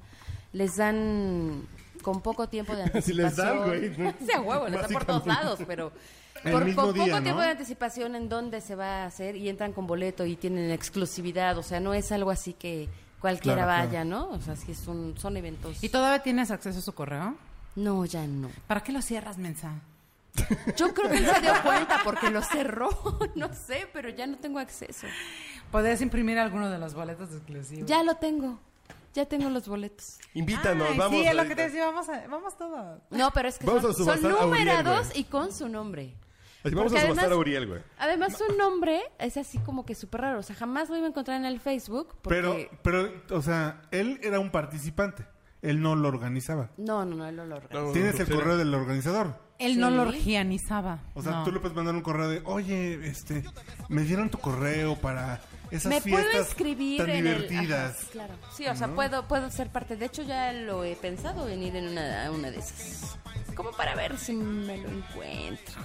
Speaker 4: les dan con poco tiempo
Speaker 1: [LAUGHS]
Speaker 4: de anticipación.
Speaker 2: Sí, les dan, güey.
Speaker 4: [LAUGHS] Sí, a huevo, les dan por todos
Speaker 2: Básicamente.
Speaker 4: lados, pero.
Speaker 1: El
Speaker 4: por-
Speaker 1: mismo
Speaker 4: con
Speaker 1: día,
Speaker 4: poco
Speaker 1: ¿no?
Speaker 4: tiempo de anticipación en dónde se va a hacer y entran con boleto y tienen exclusividad. O sea, no es algo así que cualquiera
Speaker 1: Claro,
Speaker 4: vaya, ¿no? O sea, sí son, son eventos.
Speaker 3: ¿Y todavía tienes acceso a su correo?
Speaker 4: No, ya no.
Speaker 3: ¿Para qué lo cierras, mensa?
Speaker 4: Yo creo que él se dio cuenta porque lo cerró. [LAUGHS] No sé, pero ya no tengo acceso.
Speaker 3: Podrías imprimir alguno de los boletos exclusivos.
Speaker 4: Ya lo tengo. Ya tengo los boletos.
Speaker 2: Invítanos,
Speaker 3: Ay,
Speaker 2: vamos.
Speaker 3: Sí, es lo que
Speaker 2: ahorita.
Speaker 3: te decía, vamos, a- vamos todos.
Speaker 4: No, pero es que
Speaker 2: Vamos a
Speaker 4: son, son
Speaker 2: subastar a Uriel,
Speaker 4: numerados
Speaker 2: güey.
Speaker 4: y con su nombre.
Speaker 2: Así, vamos a
Speaker 4: Porque
Speaker 2: subastar
Speaker 4: además-
Speaker 2: a Uriel, güey.
Speaker 4: Además, su nombre es así como que súper raro. O sea, jamás lo iba a encontrar en el Facebook. Porque...
Speaker 1: Pero, pero, o sea, él era un participante. Él no lo organizaba.
Speaker 4: No, no, no, él no lo organizó.
Speaker 1: Tienes el correo del organizador.
Speaker 3: Él
Speaker 4: Sí.
Speaker 3: no lo organizaba.
Speaker 1: O sea,
Speaker 3: no.
Speaker 1: tú le puedes mandar un correo de, oye, este, me dieron tu correo para esas
Speaker 4: Me puedo
Speaker 1: fiestas
Speaker 4: inscribir
Speaker 1: tan
Speaker 4: en el-
Speaker 1: divertidas.
Speaker 4: Ajá, claro. Sí, o sea, puedo, puedo ser parte. De hecho, ya lo he pensado en ir en una, a una de esas. como para ver si me lo encuentro.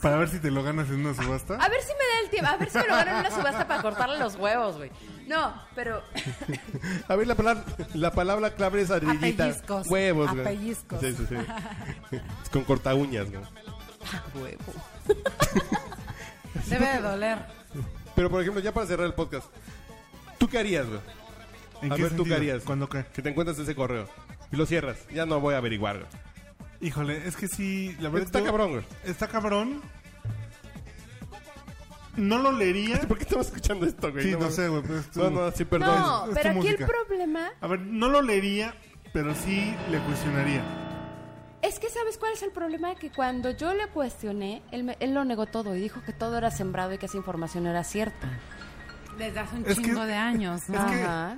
Speaker 1: Para ver si te lo ganas en una subasta.
Speaker 4: A ver si me da el tiempo, a ver si me lo ganan en una subasta para cortarle los huevos, güey. No, pero [LAUGHS]
Speaker 2: A ver, la palabra, la palabra clave es ardillita.
Speaker 4: Apellizcos.
Speaker 2: Huevos, güey.
Speaker 4: Apellizcos.
Speaker 2: Sí, sí, sí.
Speaker 3: [LAUGHS]
Speaker 2: Es con corta uñas, güey.
Speaker 4: huevo.
Speaker 3: Debe de doler.
Speaker 2: Pero, por ejemplo, ya para cerrar el podcast, ¿tú qué harías, güey?
Speaker 1: ¿En
Speaker 2: a
Speaker 1: qué
Speaker 2: ver, ¿tú qué
Speaker 1: sentido?
Speaker 2: harías?
Speaker 1: ¿Cuándo qué?
Speaker 2: Que te encuentras ese correo y lo cierras. Ya no voy a averiguar, güey.
Speaker 1: Híjole, es que sí, la verdad.
Speaker 2: Está
Speaker 1: yo-
Speaker 2: cabrón, güey. [LAUGHS]
Speaker 1: Está cabrón. No lo leería.
Speaker 2: ¿Por qué estamos escuchando esto, güey?
Speaker 1: Sí, no
Speaker 2: mames.
Speaker 1: sé, güey. pero es tu-
Speaker 2: No, no, sí, perdón.
Speaker 4: No,
Speaker 1: es tu
Speaker 4: pero aquí el
Speaker 1: música.
Speaker 4: problema
Speaker 1: A ver, no lo leería, pero sí le cuestionaría.
Speaker 4: es que sabes cuál es el problema que cuando yo le cuestioné, él, me- él lo negó todo y dijo que todo era sembrado y que esa información no era cierta.
Speaker 3: Desde hace un
Speaker 1: Es que-
Speaker 3: chingo de años, ¿no?
Speaker 1: Es que-
Speaker 4: Ajá.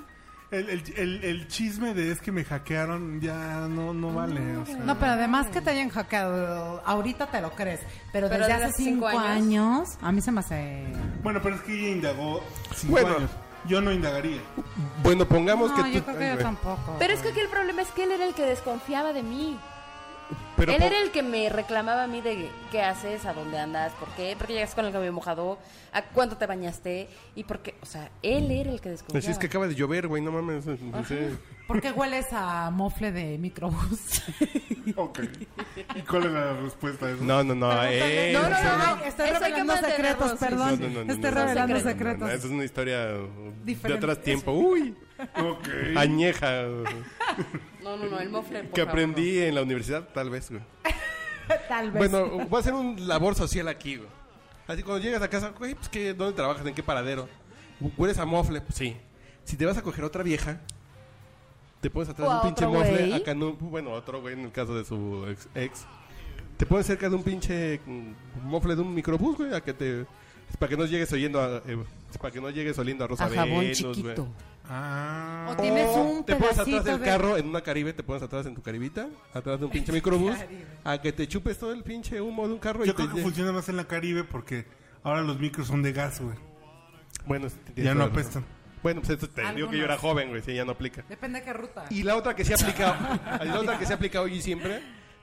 Speaker 1: El, el- el- el chisme de es que me hackearon ya no, no vale. o sea.
Speaker 3: No, pero además que te hayan hackeado, ahorita te lo crees. Pero,
Speaker 4: Pero
Speaker 3: desde
Speaker 4: desde
Speaker 3: hace
Speaker 4: hace
Speaker 3: cinco,
Speaker 4: cinco
Speaker 3: años, a mí se me hace...
Speaker 1: Bueno, pero es que ella indagó cinco
Speaker 2: Bueno.
Speaker 1: años. Yo no indagaría.
Speaker 2: Bueno, pongamos
Speaker 3: No,
Speaker 2: que tú.
Speaker 3: yo creo que
Speaker 2: Ay,
Speaker 3: yo
Speaker 2: güey.
Speaker 3: tampoco.
Speaker 4: Pero es que aquí el problema es que él era el que desconfiaba de mí.
Speaker 2: Pero
Speaker 4: él
Speaker 2: po-
Speaker 4: era el que me reclamaba a mí de qué haces, a dónde andas, por qué, por qué llegas con el cabello mojado, a cuánto te bañaste y por qué. O sea, él era el que desconfiaba.
Speaker 2: Así Pues es que acaba de llover, güey, no mames. Sí.
Speaker 3: ¿Por qué hueles a mofle de microbús?
Speaker 1: Ok. ¿Y cuál es la respuesta a eso?
Speaker 2: No, no, no. eh,
Speaker 3: no, no,
Speaker 2: eso-
Speaker 3: no, no. Estoy
Speaker 4: Eso hay que
Speaker 3: revelando secretos,
Speaker 4: mantenerlo, sí.
Speaker 2: No,
Speaker 3: perdón.
Speaker 2: no, no, no, no,
Speaker 3: Estoy revelando
Speaker 2: no, no, no,
Speaker 3: secretos.
Speaker 2: no, Esa es una historia uh, de
Speaker 3: Diferente.
Speaker 2: atrás tiempo. Uy,
Speaker 1: Ok.
Speaker 2: añeja. uh,
Speaker 4: No, no, no, el mofle. por
Speaker 2: Que
Speaker 4: favor,
Speaker 2: aprendí en la universidad, tal vez, güey.
Speaker 3: Tal vez.
Speaker 2: Bueno, uh, voy a hacer un labor social aquí, güey. Así cuando llegas a casa, güey, pues ¿qué, ¿dónde trabajas? ¿En qué paradero? ¿Hueles a mofle? Pues, sí. Si te vas a coger otra vieja, te pones atrás
Speaker 4: O
Speaker 2: de un
Speaker 4: a
Speaker 2: pinche
Speaker 4: otro
Speaker 2: mofle.
Speaker 4: güey.
Speaker 2: Acá no, bueno, otro güey en el caso de su ex. ex. Te pones cerca de un pinche mm, mofle de un microbús, güey, a que te... es Para que no llegues oyendo a... eh, es para que no llegues oliendo a Rosa
Speaker 3: a jabón
Speaker 2: Venus, güey.
Speaker 3: chiquito.
Speaker 1: Ah.
Speaker 3: O tienes un
Speaker 2: Te pones atrás
Speaker 3: pedacito
Speaker 2: del
Speaker 3: de-
Speaker 2: carro en una Caribe, te pones atrás en tu caribita, atrás de un
Speaker 3: [LAUGHS]
Speaker 2: pinche microbús,
Speaker 3: Caribe.
Speaker 2: a que te chupes todo el pinche humo de un carro y
Speaker 1: Yo
Speaker 2: te
Speaker 1: creo que
Speaker 2: lle-
Speaker 1: funciona más en la Caribe porque ahora los micros son de gas, güey.
Speaker 2: Bueno,
Speaker 1: Ya no apestan.
Speaker 2: Bueno, pues esto te digo que yo era joven, güey, sí, ya no aplica.
Speaker 3: Depende de qué ruta.
Speaker 2: Y la otra que se
Speaker 3: [LAUGHS]
Speaker 2: aplica, la otra que se aplica hoy y siempre,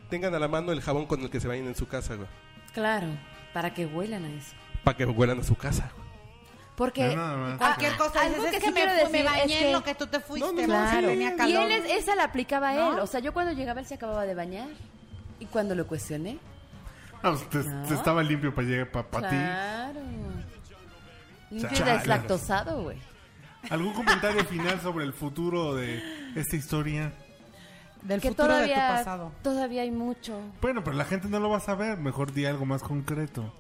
Speaker 2: tengan a la mano el jabón con el que se vayan en su casa, güey,
Speaker 4: favor. Claro, para que huelan a eso.
Speaker 2: para que huelan a su casa. güey.
Speaker 4: Porque
Speaker 1: Ya nada más.
Speaker 3: Cualquier cosa
Speaker 4: algo
Speaker 3: dices,
Speaker 4: que
Speaker 3: es
Speaker 4: sí
Speaker 3: que,
Speaker 4: quiero
Speaker 3: me, fu- me
Speaker 4: decir
Speaker 3: bañé
Speaker 4: es
Speaker 3: en
Speaker 4: que-
Speaker 3: lo que tú te fuiste.
Speaker 2: no,
Speaker 3: ¿verdad?
Speaker 4: Claro.
Speaker 3: Venía
Speaker 4: Y
Speaker 3: calor.
Speaker 4: él es- esa la aplicaba
Speaker 3: ¿No?
Speaker 4: él. O sea, yo cuando llegaba él se acababa de bañar. Y cuando lo cuestioné.
Speaker 1: Ah, pues, te, te estaba limpio para llegar para ti.
Speaker 4: claro. Limpio y
Speaker 1: Chale.
Speaker 4: deslactosado, güey.
Speaker 1: ¿Algún comentario final sobre el futuro de esta historia?
Speaker 3: Del
Speaker 4: Que
Speaker 3: futuro de tu
Speaker 4: todavía,
Speaker 3: pasado.
Speaker 4: todavía hay mucho.
Speaker 1: Bueno, pero la gente no lo va a saber. Mejor di algo más concreto.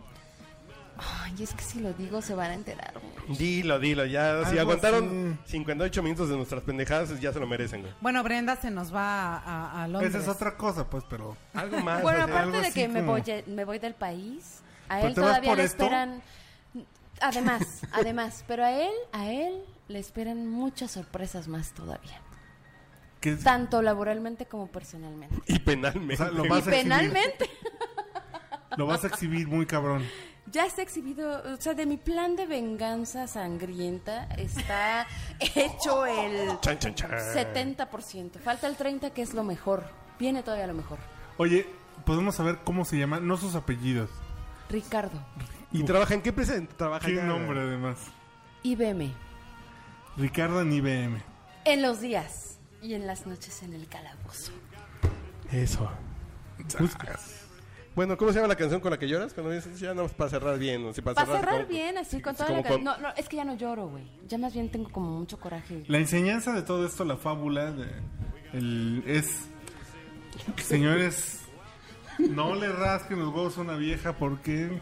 Speaker 4: Ay, es que si lo digo se van a enterar. güey.
Speaker 2: Dilo, dilo, ya. Si
Speaker 1: Algo
Speaker 2: aguantaron 58 minutos de nuestras pendejadas, ya se lo merecen, güey.
Speaker 3: Bueno, Brenda se nos va a, a- a Londres.
Speaker 1: Esa es otra cosa, pues, pero...
Speaker 2: Algo más.
Speaker 4: Bueno,
Speaker 2: o sea,
Speaker 1: algo
Speaker 4: aparte de
Speaker 1: así
Speaker 4: que me,
Speaker 1: como-
Speaker 4: voy, me voy del país, a
Speaker 1: ¿Pero
Speaker 4: él
Speaker 1: te vas
Speaker 4: todavía
Speaker 1: por
Speaker 4: le
Speaker 1: esto?
Speaker 4: esperan... Además, [LAUGHS] además, pero a él, a él le esperan muchas sorpresas más todavía.
Speaker 1: que-
Speaker 4: Tanto laboralmente como personalmente.
Speaker 2: y penalmente.
Speaker 1: o sea, lo
Speaker 2: güey.
Speaker 1: vas
Speaker 4: Y
Speaker 1: a exhibir.
Speaker 4: penalmente.
Speaker 1: Lo vas a exhibir muy cabrón.
Speaker 4: Ya está exhibido, o sea, de mi plan de venganza sangrienta está [LAUGHS] hecho el
Speaker 2: Chan, chan, chan.
Speaker 4: 70%. Falta el 30% que es lo mejor. Viene todavía lo mejor.
Speaker 1: Oye, podemos saber cómo se llama, no sus apellidos.
Speaker 4: Ricardo,
Speaker 2: ¿Y trabaja en qué empresa? Trabaja
Speaker 1: Qué
Speaker 2: ya?
Speaker 1: nombre, además.
Speaker 4: IBM,
Speaker 1: Ricardo en IBM.
Speaker 4: en los días y en las noches en el calabozo.
Speaker 2: Eso. Bueno, ¿cómo se llama la canción con la que lloras? Cuando dices, ya no, para cerrar bien. o sea, para,
Speaker 4: Para cerrar
Speaker 2: como-
Speaker 4: bien, así, con
Speaker 2: sí,
Speaker 4: toda
Speaker 2: como
Speaker 4: la... ca- No, no, es que ya no lloro, güey. Ya más bien tengo como mucho coraje.
Speaker 1: La enseñanza de todo esto, la fábula, de- el- es, señores, no le rasquen los huevos a una vieja porque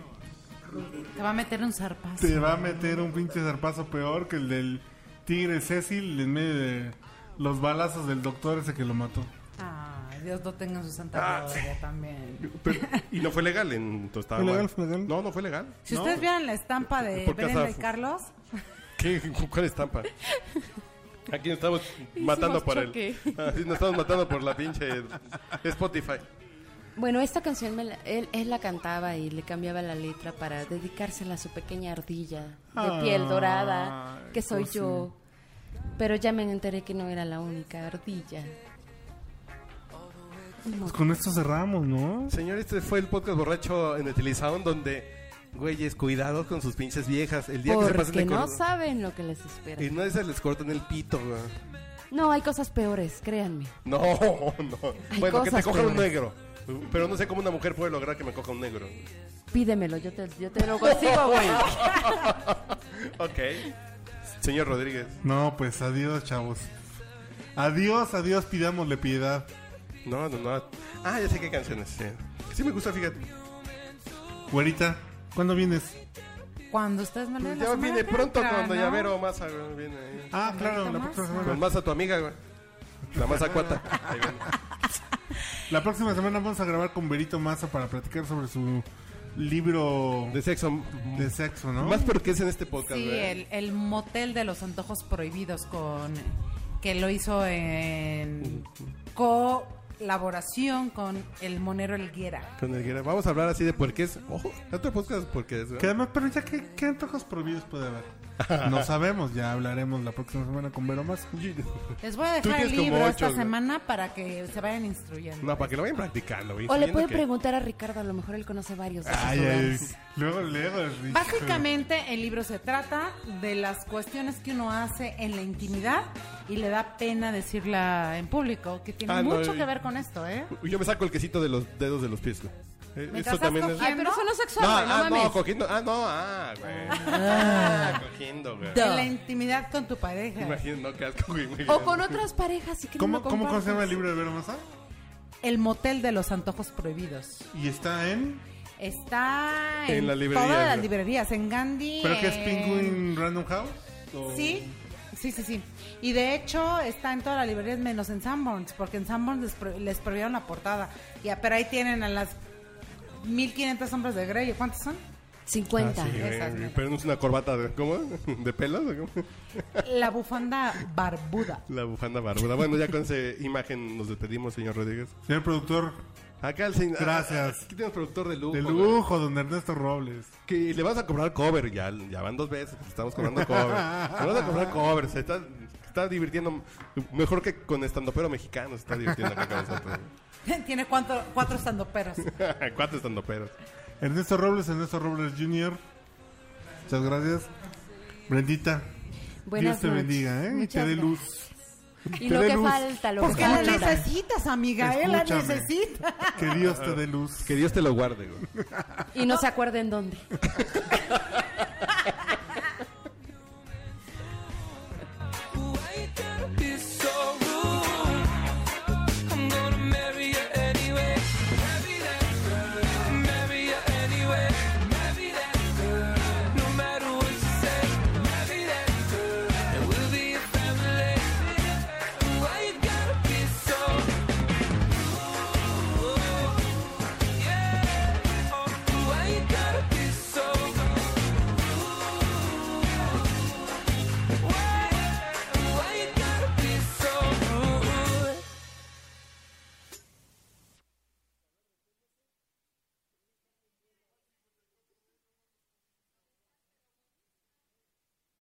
Speaker 3: Te va a meter un zarpazo.
Speaker 1: te va a meter un pinche zarpazo peor que el del tigre Cecil en medio de los balazos del doctor ese que lo mató.
Speaker 3: Ay, Dios lo tenga en su
Speaker 2: Ah,
Speaker 3: santa gloria también.
Speaker 2: [LAUGHS] Pero- y no fue legal en tu estado.
Speaker 1: ¿Fue legal,
Speaker 2: mal.
Speaker 1: fue legal?
Speaker 2: No, no fue legal.
Speaker 3: Si ustedes vieran la estampa de
Speaker 2: Por casa
Speaker 3: Brenda y
Speaker 2: fu-
Speaker 3: Carlos,
Speaker 2: ¿Qué? [LAUGHS] ¿Cuál
Speaker 4: [LAUGHS]
Speaker 2: estampa? Aquí nos estamos matando por él. [LAUGHS]
Speaker 4: choque.
Speaker 2: nos estamos matando por la pinche Spotify.
Speaker 4: Bueno, esta canción me la- él, él la cantaba y le cambiaba la letra para dedicársela a su pequeña ardilla de piel dorada,
Speaker 1: Ay,
Speaker 4: que soy
Speaker 1: cosi.
Speaker 4: yo. Pero ya me enteré que no era la única ardilla.
Speaker 1: Pues con esto cerramos, ¿no?
Speaker 2: Señor, este fue el podcast borracho en Utilización donde, güeyes, cuidados con sus pinches viejas. El día que se pasen
Speaker 4: Porque
Speaker 2: de
Speaker 4: no
Speaker 2: corno-
Speaker 4: saben lo que les espera.
Speaker 2: Y no es les cortan el pito, güey.
Speaker 4: No, hay cosas peores, créanme.
Speaker 2: No, [LAUGHS] no.
Speaker 4: Hay
Speaker 2: bueno, que te
Speaker 4: cosas
Speaker 2: coja un
Speaker 4: peores.
Speaker 2: negro. Pero no sé cómo una mujer puede lograr que me coja un negro.
Speaker 4: Pídemelo, yo te, yo te
Speaker 2: [LAUGHS]
Speaker 4: lo consigo, Pues güey.
Speaker 2: Ok. Señor Rodríguez.
Speaker 1: No, pues adiós, chavos. Adiós, adiós, pidámosle piedad.
Speaker 2: No, no, no. Ah, ya sé qué canciones. Sí, sí me gusta, fíjate.
Speaker 1: Güerita, ¿cuándo vienes?
Speaker 3: Cuando ustedes me lo digan, la
Speaker 2: Pues Ya
Speaker 3: semana
Speaker 2: viene
Speaker 3: que
Speaker 2: pronto
Speaker 3: entra,
Speaker 2: cuando
Speaker 3: ¿no?
Speaker 2: Llavero Masa güey, viene. ahí.
Speaker 1: Ah, claro, la
Speaker 3: Masa.
Speaker 1: próxima
Speaker 2: Con
Speaker 1: semana.
Speaker 2: Masa tu amiga, güey. La Masa cuata. Ahí viene.
Speaker 1: La próxima semana vamos a grabar con Berito Maza para platicar sobre su libro
Speaker 2: De sexo.
Speaker 1: de sexo, ¿no?
Speaker 2: Más porque es en este podcast,
Speaker 3: Sí,
Speaker 2: güey.
Speaker 3: el, el motel de los antojos prohibidos con que lo hizo en colaboración con el monero Elguera.
Speaker 2: Con el que- Vamos a hablar así de porqués. Ojo, otro podcast porqués.
Speaker 1: Que
Speaker 2: güey.
Speaker 1: además, pero ya, ¿qué, qué antojos prohibidos puede haber? No sabemos, ya hablaremos la próxima semana con Vero Maza.
Speaker 3: Les voy a
Speaker 2: Tú
Speaker 3: dejar
Speaker 2: tienes
Speaker 3: el
Speaker 2: como
Speaker 3: libro
Speaker 2: ocho,
Speaker 3: esta
Speaker 2: güey.
Speaker 3: semana para que se vayan instruyendo.
Speaker 2: No, para que lo vayan practicando, güey.
Speaker 4: O le
Speaker 2: sabiendo
Speaker 4: pueden
Speaker 2: que-
Speaker 4: preguntar a Ricardo, a lo mejor él conoce varios. de esos
Speaker 1: Ay, ay,
Speaker 4: lugares.
Speaker 1: luego, luego. hijo.
Speaker 3: Básicamente el libro se trata de las cuestiones que uno hace en la intimidad y le da pena decirla en público, que tiene
Speaker 2: Ah, no,
Speaker 3: mucho
Speaker 2: y-
Speaker 3: que ver con esto, ¿eh?
Speaker 2: Yo me saco el quesito de los dedos de los pies, güey. Eh, Eso
Speaker 3: Mientras estás
Speaker 2: también es.
Speaker 3: cogiendo,
Speaker 4: Ay, pero eso no es sexual,
Speaker 2: No,
Speaker 4: güey, no
Speaker 2: ah,
Speaker 4: mames.
Speaker 2: no, cogiendo. Ah, no, ah, güey. Ah, [LAUGHS] cogiendo, güey.
Speaker 3: En la intimidad con tu pareja.
Speaker 2: Imagino, no, qué asco, güey.
Speaker 4: O con otras parejas, si quieren
Speaker 1: ¿Cómo,
Speaker 4: lo
Speaker 1: ¿Cómo se llama
Speaker 4: compartes.
Speaker 1: el libro de Vero Maza?
Speaker 3: El motel de los antojos prohibidos.
Speaker 1: Y está en...
Speaker 3: Está en,
Speaker 2: En las librerías,
Speaker 3: todas las
Speaker 2: ¿no?
Speaker 3: librerías, en Gandhi.
Speaker 1: ¿Pero
Speaker 4: Eh,
Speaker 1: que es
Speaker 3: en-
Speaker 1: Penguin Random House? ¿O-
Speaker 3: Sí, sí, sí, sí. Y de hecho está en todas las librerías menos en Sanborns, porque en Sanborns les, pro- les prohibieron la portada. Ya, pero ahí tienen a las 1500 hombres de Grey. ¿Cuántos son?
Speaker 4: 50.
Speaker 1: Ah,
Speaker 2: Sí, güey,
Speaker 3: Esas,
Speaker 2: güey,
Speaker 3: ¿no?
Speaker 2: Eh, pero no es una corbata de, ¿cómo? ¿De pelos? o cómo?
Speaker 3: La bufanda barbuda. [LAUGHS]
Speaker 2: La bufanda barbuda. Bueno, ya con esa imagen nos despedimos, señor Rodríguez.
Speaker 1: Señor productor,
Speaker 2: Acá el señor.
Speaker 1: Gracias.
Speaker 2: Aquí tenemos productor de lujo.
Speaker 1: de
Speaker 2: güey.
Speaker 1: lujo, don Ernesto Robles.
Speaker 2: Que le vas a cobrar cover, ya, ya van dos veces, estamos cobrando cover. Le vas a cobrar cover, se está, se está divirtiendo mejor que con estandopero mexicano, se está divirtiendo acá con nosotros.
Speaker 3: Tiene cuatro, cuatro estandoperos.
Speaker 1: [LAUGHS]
Speaker 2: Cuatro estandoperos.
Speaker 1: Ernesto Robles, Ernesto Robles Jr. Muchas gracias. Brendita, Dios
Speaker 4: Buenas
Speaker 1: te
Speaker 4: noches.
Speaker 1: bendiga, ¿eh? Y te
Speaker 4: Muchas
Speaker 1: dé
Speaker 4: gracias. [LAUGHS]
Speaker 1: luz.
Speaker 4: Y
Speaker 1: Te
Speaker 4: lo
Speaker 1: dé
Speaker 4: que
Speaker 1: luz.
Speaker 4: falta, lo
Speaker 3: Porque
Speaker 4: que
Speaker 3: la
Speaker 4: falta.
Speaker 3: necesitas, amiga, ¿eh? La
Speaker 1: Escúchame.
Speaker 3: necesitas.
Speaker 1: Que Dios te dé luz.
Speaker 2: Que Dios te lo guarde, güey.
Speaker 4: Y no se acuerden dónde.